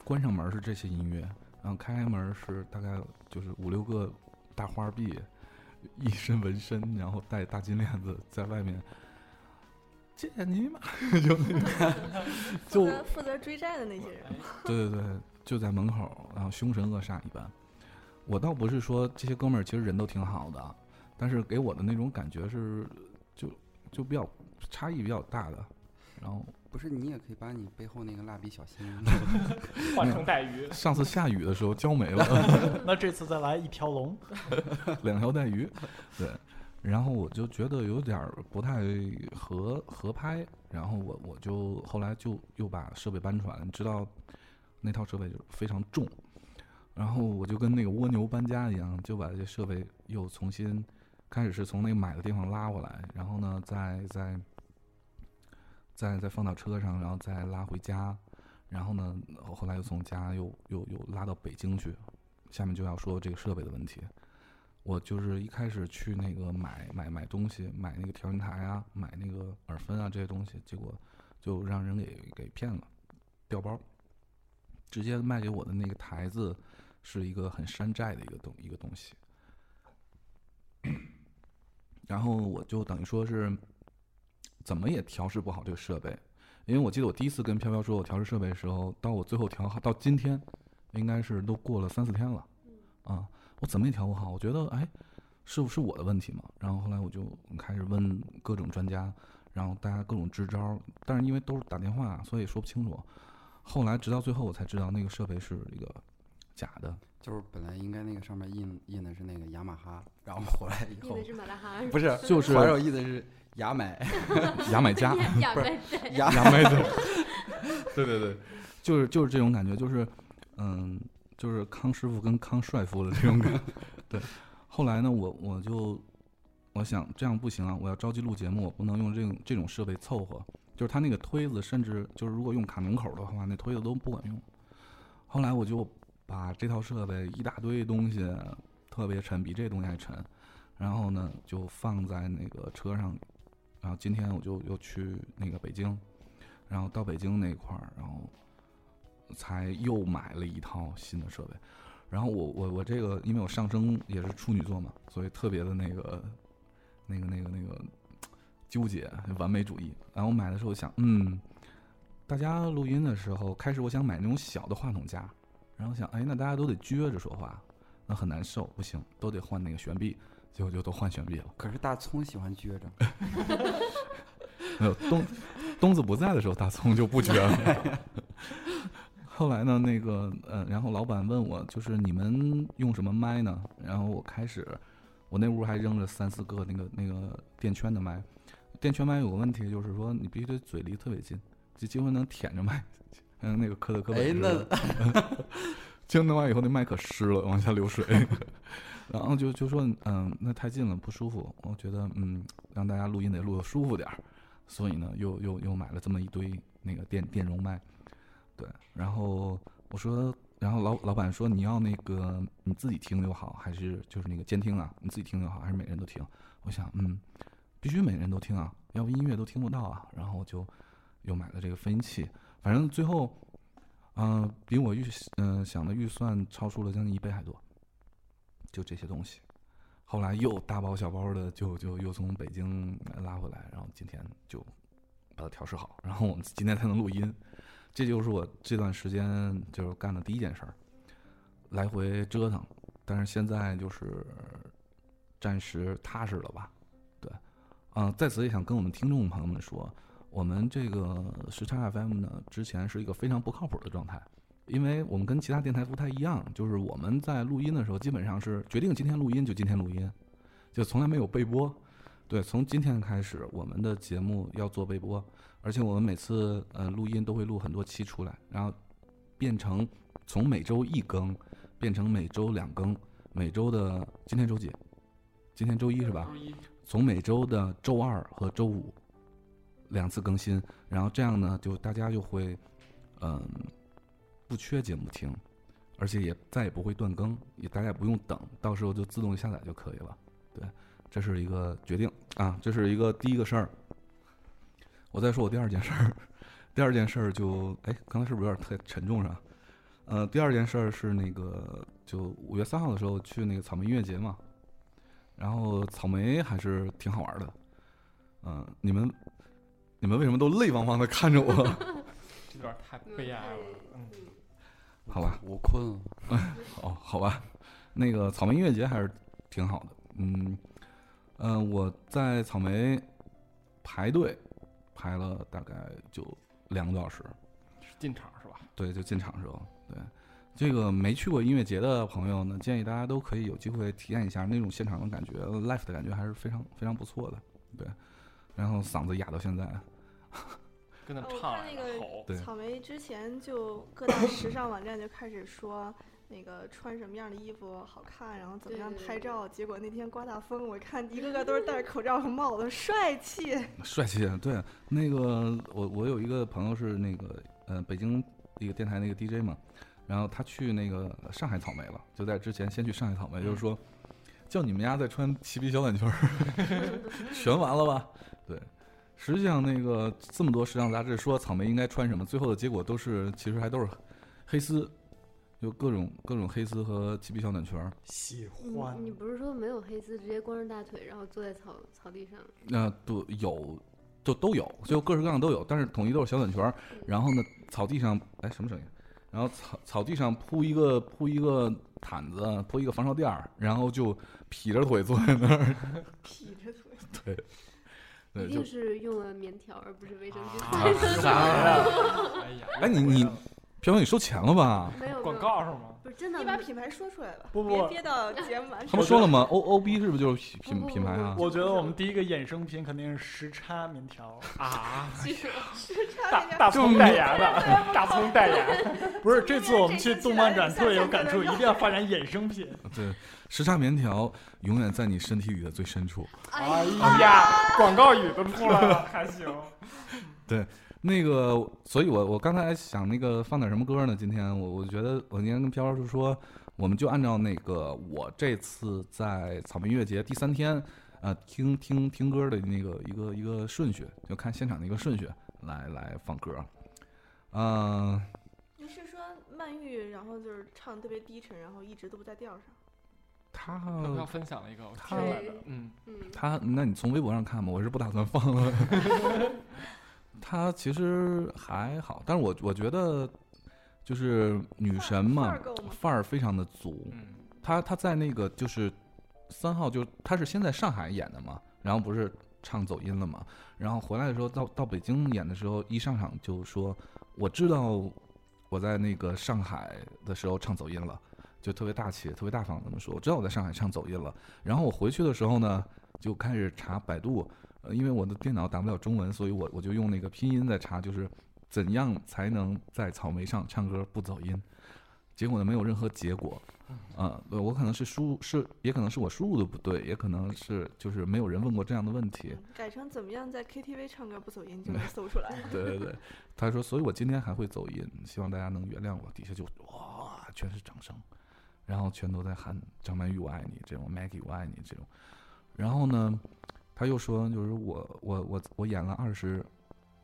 Speaker 1: 关上门儿是这些音乐，然后开门儿是大概就是五六个大花臂，一身纹身，然后戴大金链子，在外面。见你妈， 就那种，
Speaker 3: 负
Speaker 1: 就
Speaker 3: 责负责追债的那些人，
Speaker 1: 对对对，就在门口儿，然后凶神恶煞一般。我倒不是说这些哥们儿其实人都挺好的，但是给我的那种感觉是，就就比较差异比较大的。然后
Speaker 2: 不是你也可以把你背后那个蜡笔小 新
Speaker 1: 换
Speaker 5: 换
Speaker 1: 成
Speaker 5: 成带鱼，
Speaker 1: 上次下雨的时候浇没了
Speaker 5: 那这次再来一条龙，
Speaker 1: 两条带鱼，对。然后我就觉得有点儿不太合合拍，然后我我就后来就又把设备搬出来了，你知道那套设备就非常重，然后我就跟那个蜗牛搬家一样，就把这设备又重新开始是从那个买的地方拉过来，然后呢再再再再放到车上，然后再拉回家，然后呢后来又从家又又又拉到北京去，下面就要说这个设备的问题。我就是一开始去那个买买买东西，买那个调音台啊，买那个耳分啊这些东西，结果就让人给给骗了，掉包。直接卖给我的那个台子是一个很山寨的一个东一个东西，然后我就等于说是怎么也调试不好这个设备，因为我记得我第一次跟飘飘说我调试设备的时候，到我最后调好到今天，应该是都过了三四天了，啊、我怎么也调不好，我觉得哎，是不是我的问题嘛？然后后来我就开始问各种专家，然后大家各种支招，但是因为都是打电话，所以说不清楚。后来直到最后我才知道那个设备是一个假的，
Speaker 2: 就是本来应该那个上面印印的是那个雅马哈，然后回来以
Speaker 4: 印
Speaker 2: 后
Speaker 4: 的是马大哈，
Speaker 2: 不是
Speaker 1: 就是
Speaker 2: 怀柔印的是雅 买
Speaker 1: 牙买加。
Speaker 4: 亚
Speaker 2: 不是
Speaker 4: 美
Speaker 2: 雅
Speaker 1: 牙买加， 对对对，就是就是这种感觉，就是嗯，就是康师傅跟康帅傅的这种感觉。对，后来呢，我我就我想这样不行啊，我要着急录节目，我不能用这种这种设备凑合。就是他那个推子，甚至就是如果用卡农口的话，那推子都不管用。后来我就把这套设备一大堆东西，特别沉，比这东西还沉。然后呢，就放在那个车上。然后今天我就又去那个北京，然后到北京那块儿，然后才又买了一套新的设备。然后我我我这个，因为我上升也是处女座嘛，所以特别的那个那个那个那个纠结完美主义。然后我买的时候想，嗯，大家录音的时候，开始我想买那种小的话筒架，然后想，哎，那大家都得撅着说话，那很难受，不行，都得换那个悬臂，结果就都换悬臂了。
Speaker 2: 可是大葱喜欢撅着，
Speaker 1: 没有东东子不在的时候，大葱就不绝了。 后来呢，那个呃，然后老板问我，就是你们用什么麦呢？然后我开始，我那屋还扔着三四个那个那个电圈的麦，电圈麦有个问题就是说你必须得嘴离特别近，就几乎能舔着麦， 嗯，那个科特科本
Speaker 2: 哎
Speaker 1: 似
Speaker 2: 那
Speaker 1: 的。听弄完以后，那麦可湿了，往下流水。 然后就就说，嗯，那太近了，不舒服。我觉得，嗯，让大家录音得录得舒服点儿。所以呢，又又又买了这么一堆那个电电容麦，对，然后我说，然后老老板说你要那个你自己听就好，还是就是那个监听啊，你自己听就好，还是每人都听？我想，嗯，必须每人都听啊，要不音乐都听不到啊。然后我就又买了这个飞行器，反正最后，嗯、比我预嗯、想的预算超出了将近一倍还多，就这些东西。后来又大包小包的就就又从北京拉回来，然后今天就把它调试好，然后我们今天才能录音。这就是我这段时间就是干的第一件事儿，来回折腾。但是现在就是暂时踏实了吧？对，嗯、在此也想跟我们听众朋友们说，我们这个时差 FM 呢，之前是一个非常不靠谱的状态，因为我们跟其他电台不太一样，就是我们在录音的时候，基本上是决定今天录音就今天录音，就从来没有备播。对，从今天开始，我们的节目要做备播，而且我们每次呃录音都会录很多期出来，然后变成从每周一更变成每周两更，每周的今天周几？今天周一是吧？
Speaker 6: 周一
Speaker 1: 从每周的周二和周五两次更新，然后这样呢，就大家就会，嗯、不缺节目听，而且也再也不会断更，也大家也不用等，到时候就自动下载就可以了。对，这是一个决定啊，这是一个第一个事儿。我再说我第二件事儿， 第二件事儿就，哎，刚才是不是有点太沉重了？呃，第二件事儿是那个，就五月三号的时候去那个草莓音乐节嘛，然后草莓还是挺好玩的，嗯、你们你们为什么都泪汪汪的看着我？
Speaker 6: 这段太悲哀了，嗯，
Speaker 1: 好吧，
Speaker 2: 我困了。
Speaker 1: 哦，好吧，那个草莓音乐节还是挺好的。嗯，嗯、我在草莓排队排了大概就两个多小时，
Speaker 6: 是进场是吧？
Speaker 1: 对，就进场时候，对。这个没去过音乐节的朋友呢，建议大家都可以有机会体验一下那种现场的感觉，live 的感觉还是非常非常不错的，对。然后嗓子哑到现在，
Speaker 6: 跟那
Speaker 3: 哦我
Speaker 6: 唱
Speaker 3: 看
Speaker 6: 来
Speaker 3: 那个
Speaker 6: 吼，
Speaker 1: 对
Speaker 3: 草莓之前就各大时尚网站就开始说那个穿什么样的衣服好看，然后怎么
Speaker 4: 对
Speaker 3: 样
Speaker 4: 对对
Speaker 3: 拍照。结果那天刮大风，我看一个个都是戴着口罩和帽子，帅 气。
Speaker 1: 帅气。对，那个我我有一个朋友是那个呃北京一个电台那个 DJ 嘛，然后他去那个上海草莓了，就在之前先去上海草莓，就是说叫你们家再穿齐皮小短裙儿， 全完了吧？对，实际上那个这么多时尚杂志说草莓应该穿什么，最后的结果都是其实还都是黑丝，就各种各种黑丝和齐皮小短裙儿。
Speaker 5: 喜欢
Speaker 4: 你你不是说没有黑丝，直接光着大腿，然后坐在草草地上？
Speaker 1: 那都有，就都有，就各式各样都有，但是统一都是小短裙儿。然后呢，草地上，哎，什么声音？然后草草地上铺一个铺一个毯子，铺一个防潮垫儿，然后就劈着腿坐在那儿。
Speaker 3: 劈着腿，
Speaker 1: 对，
Speaker 4: 一
Speaker 1: 就啊
Speaker 4: 定是用了棉条，而不是卫生纸。
Speaker 6: 啥呀？哎呀，
Speaker 1: 哎你你飘飘，你收钱了吧？
Speaker 4: 没有没有
Speaker 6: 广，告是吗？
Speaker 4: 不是真
Speaker 3: 你
Speaker 4: 的
Speaker 3: 把。品牌说出来吧，
Speaker 5: 不不
Speaker 3: 别
Speaker 5: 不
Speaker 3: 憋到节目完
Speaker 1: 他
Speaker 3: 事
Speaker 1: 们
Speaker 3: 儿。
Speaker 1: 说了吗？O O B 是不是就是
Speaker 4: 不
Speaker 1: 品
Speaker 4: 不
Speaker 1: 品牌啊？
Speaker 4: 不
Speaker 5: 我觉得我们第一个衍生品肯定是时差棉条，
Speaker 6: 啊，
Speaker 4: 其实
Speaker 3: 差
Speaker 5: 大
Speaker 3: 点儿
Speaker 5: 大葱代言 的，大葱代言。不是，这次我们去动漫展特别有感触，一定要发展衍生品。
Speaker 1: 对，时差棉条永远在你身体里的最深处。
Speaker 5: 哎呀，广告语都出来了，还行。
Speaker 1: 那个，所以我我刚才想那个放点什么歌呢？今天我我觉得我今天跟飘飘就说，我们就按照那个我这次在草莓音乐节第三天，呃，听听听歌的那个一个一个顺序，就看现场的一个顺序来来放歌。嗯、
Speaker 3: 你是说曼玉，然后就是唱得特别低沉，然后一直都不在调上。
Speaker 1: 他
Speaker 6: 飘飘分享了一个，我听
Speaker 1: 他
Speaker 6: 了，
Speaker 4: 对，
Speaker 6: 嗯，
Speaker 4: 嗯，
Speaker 1: 他，那你从微博上看吧，我是不打算放 了。他其实还好，但是我我觉得就是女神
Speaker 3: 范
Speaker 1: 嘛
Speaker 3: 儿够吗，
Speaker 1: 范儿非常的足。
Speaker 6: 嗯，
Speaker 1: 她她在那个就是三号就，她是先在上海演的嘛，然后不是唱走音了嘛，然后回来的时候到到北京演的时候，一上场就说我知道我在那个上海的时候唱走音了。就特别大气，特别大方，这么说。我知道我在上海唱走音了，然后我回去的时候呢，就开始查百度，呃，因为我的电脑打不了中文，所以我我就用那个拼音在查，就是怎样才能在草莓上唱歌不走音。结果呢没有任何结果，啊、对我可能是输是，也可能是我输入的不对，也可能是就是没有人问过这样的问题。
Speaker 3: 嗯改成怎么样在 KTV 唱歌不走音就能搜出来了。
Speaker 1: 对对对，他说，所以我今天还会走音，希望大家能原谅我。底下就哇，全是掌声，然后全都在喊张曼玉我爱你这种，Maggie 我爱你这种。然后呢，他又说，就是我我我我演了二十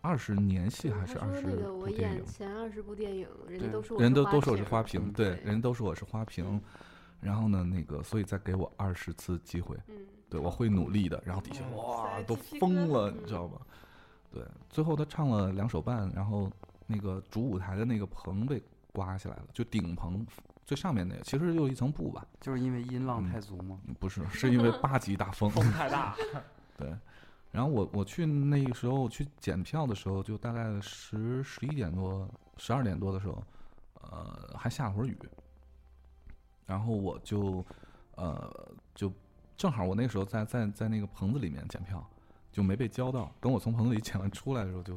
Speaker 1: 二十年戏还
Speaker 4: 他
Speaker 1: 是二
Speaker 4: 说
Speaker 1: 十
Speaker 4: 那个
Speaker 1: 部
Speaker 4: 我
Speaker 1: 电
Speaker 4: 演
Speaker 1: 影，
Speaker 4: 前二十部电影，人
Speaker 1: 对
Speaker 4: 家都说我
Speaker 1: 人
Speaker 4: 是
Speaker 1: 都
Speaker 4: 花
Speaker 1: 都说我
Speaker 4: 瓶
Speaker 1: 是
Speaker 4: 儿
Speaker 1: 花瓶，对，
Speaker 4: 对嗯
Speaker 1: 人都说我是花瓶。然后呢，那个，所以再给我二十次机会，
Speaker 4: 嗯，
Speaker 1: 对我会努力的。然后底下
Speaker 6: 嗯
Speaker 1: 哇
Speaker 3: 塞
Speaker 1: 都
Speaker 3: 鸡皮疙
Speaker 1: 疯
Speaker 3: 瘩
Speaker 1: 了，你知道吗？对，最后他唱了两首半，然后那个主舞台的那个棚被刮下来了，就顶棚最上面那个，其实就一层布吧，
Speaker 2: 就是因为音浪
Speaker 1: 嗯
Speaker 2: 太足吗？
Speaker 1: 嗯不是，是因为八级大 风。
Speaker 3: 啊
Speaker 6: 风太大，
Speaker 1: 对，然后我我去那个时候去检票的时候，就大概十十一点多、十二点多的时候，呃，还下了会儿雨，然后我就呃就正好我那时候在在在那个棚子里面检票，就没被浇到。等我从棚子里检完出来的时候就，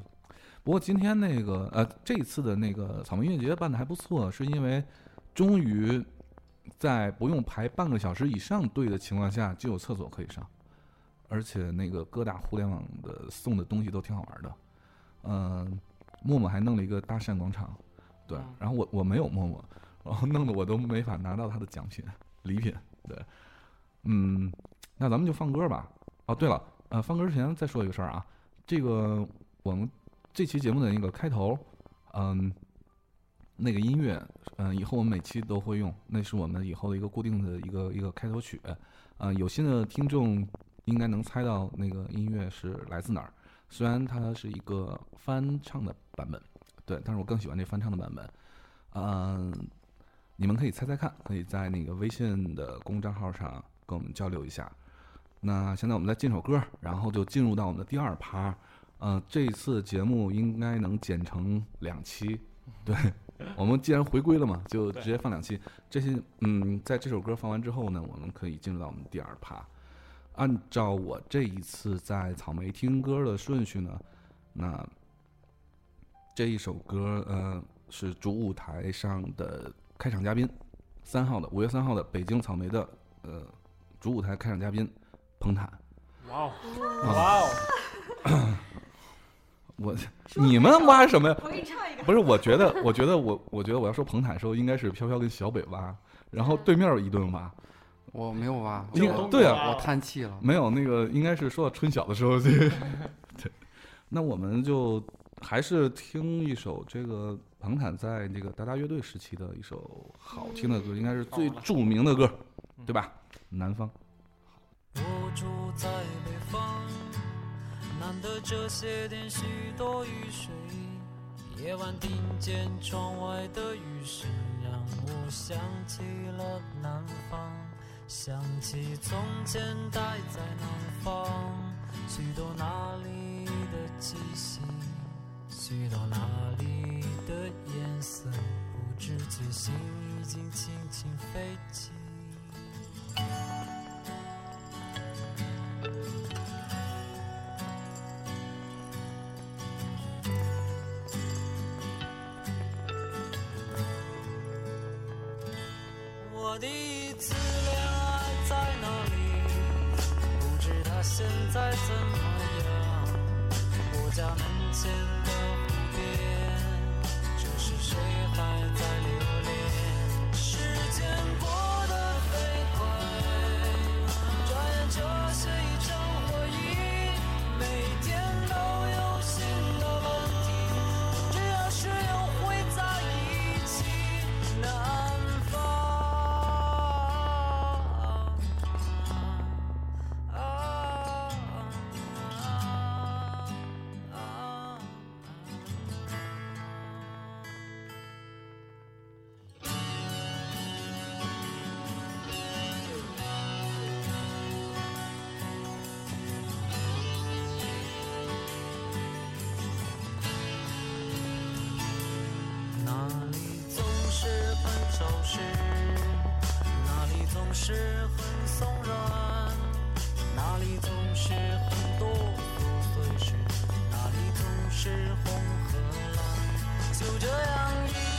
Speaker 1: 不过今天那个呃这一次的那个草莓音乐节办的还不错，是因为终于。在不用排半个小时以上队的情况下，就有厕所可以上。而且那个各大互联网的送的东西都挺好玩的。嗯，陌陌还弄了一个搭讪广场，对
Speaker 6: 嗯，
Speaker 1: 然后我我没有陌陌，然后弄得我都没法拿到他的奖品 礼品，对，嗯，那咱们就放歌吧。哦，对了，呃，放歌之前再说一个事儿啊，这个我们这期节目的那个开头，嗯。那个音乐，嗯，以后我们每期都会用，那是我们以后的一个固定的一个一个开头曲，嗯，有新的听众应该能猜到那个音乐是来自哪儿。虽然它是一个翻唱的版本，对，但是我更喜欢这翻唱的版本。嗯，你们可以猜猜看，可以在那个微信的公众账号上跟我们交流一下。那现在我们再进首歌，然后就进入到我们的第二趴。嗯、这次节目应该能剪成两期，对。我们既然回归了嘛，就直接放两期。这些，嗯，在这首歌放完之后呢，我们可以进入到我们第二趴。按照我这一次在草莓听歌的顺序呢，那这一首歌呃是主舞台上的开场嘉宾，三号的五月三号的北京草莓的呃主舞台开场嘉宾彭坦。
Speaker 6: 哇哦，
Speaker 1: 啊，
Speaker 6: 哇哦，
Speaker 1: 我
Speaker 3: 说
Speaker 1: 你
Speaker 3: 开
Speaker 1: 们
Speaker 3: 场
Speaker 1: 挖什么呀？
Speaker 3: 我给你唱一个，
Speaker 1: 不是，我觉得，我觉得我，我觉得我要说彭坦的时候，应该是飘飘跟小北挖，然后对面儿一顿挖，
Speaker 2: 我没有挖，
Speaker 1: 你
Speaker 2: 我
Speaker 1: 对
Speaker 5: 哦
Speaker 1: 啊
Speaker 2: 我叹气了。
Speaker 1: 没有那个，应该是说到春晓的时候，这个 对。那我们就还是听一首这个彭坦在这个达达乐队时期的一首好听的歌，应该是最
Speaker 6: 好了
Speaker 1: 著名的歌，
Speaker 6: 嗯
Speaker 1: 对吧？南方，
Speaker 8: 我住在北方，难得这些天许多雨水。夜晚听见窗外的雨声，让我想起了南方，想起从前待在南方，许多那里的气息，许多那里的颜色，不知觉心已经轻轻飞起。我第一次恋爱在哪里？不知他现在怎么样。我家门前的湖边，这时谁还在留恋？时间过得飞快，转眼这是一场回忆，每天都有新的问题，只要是有会在一起，南方。那里总是很潮湿，那里总是很松软，那里总是很多琐碎事，那里总是红和蓝。就这样一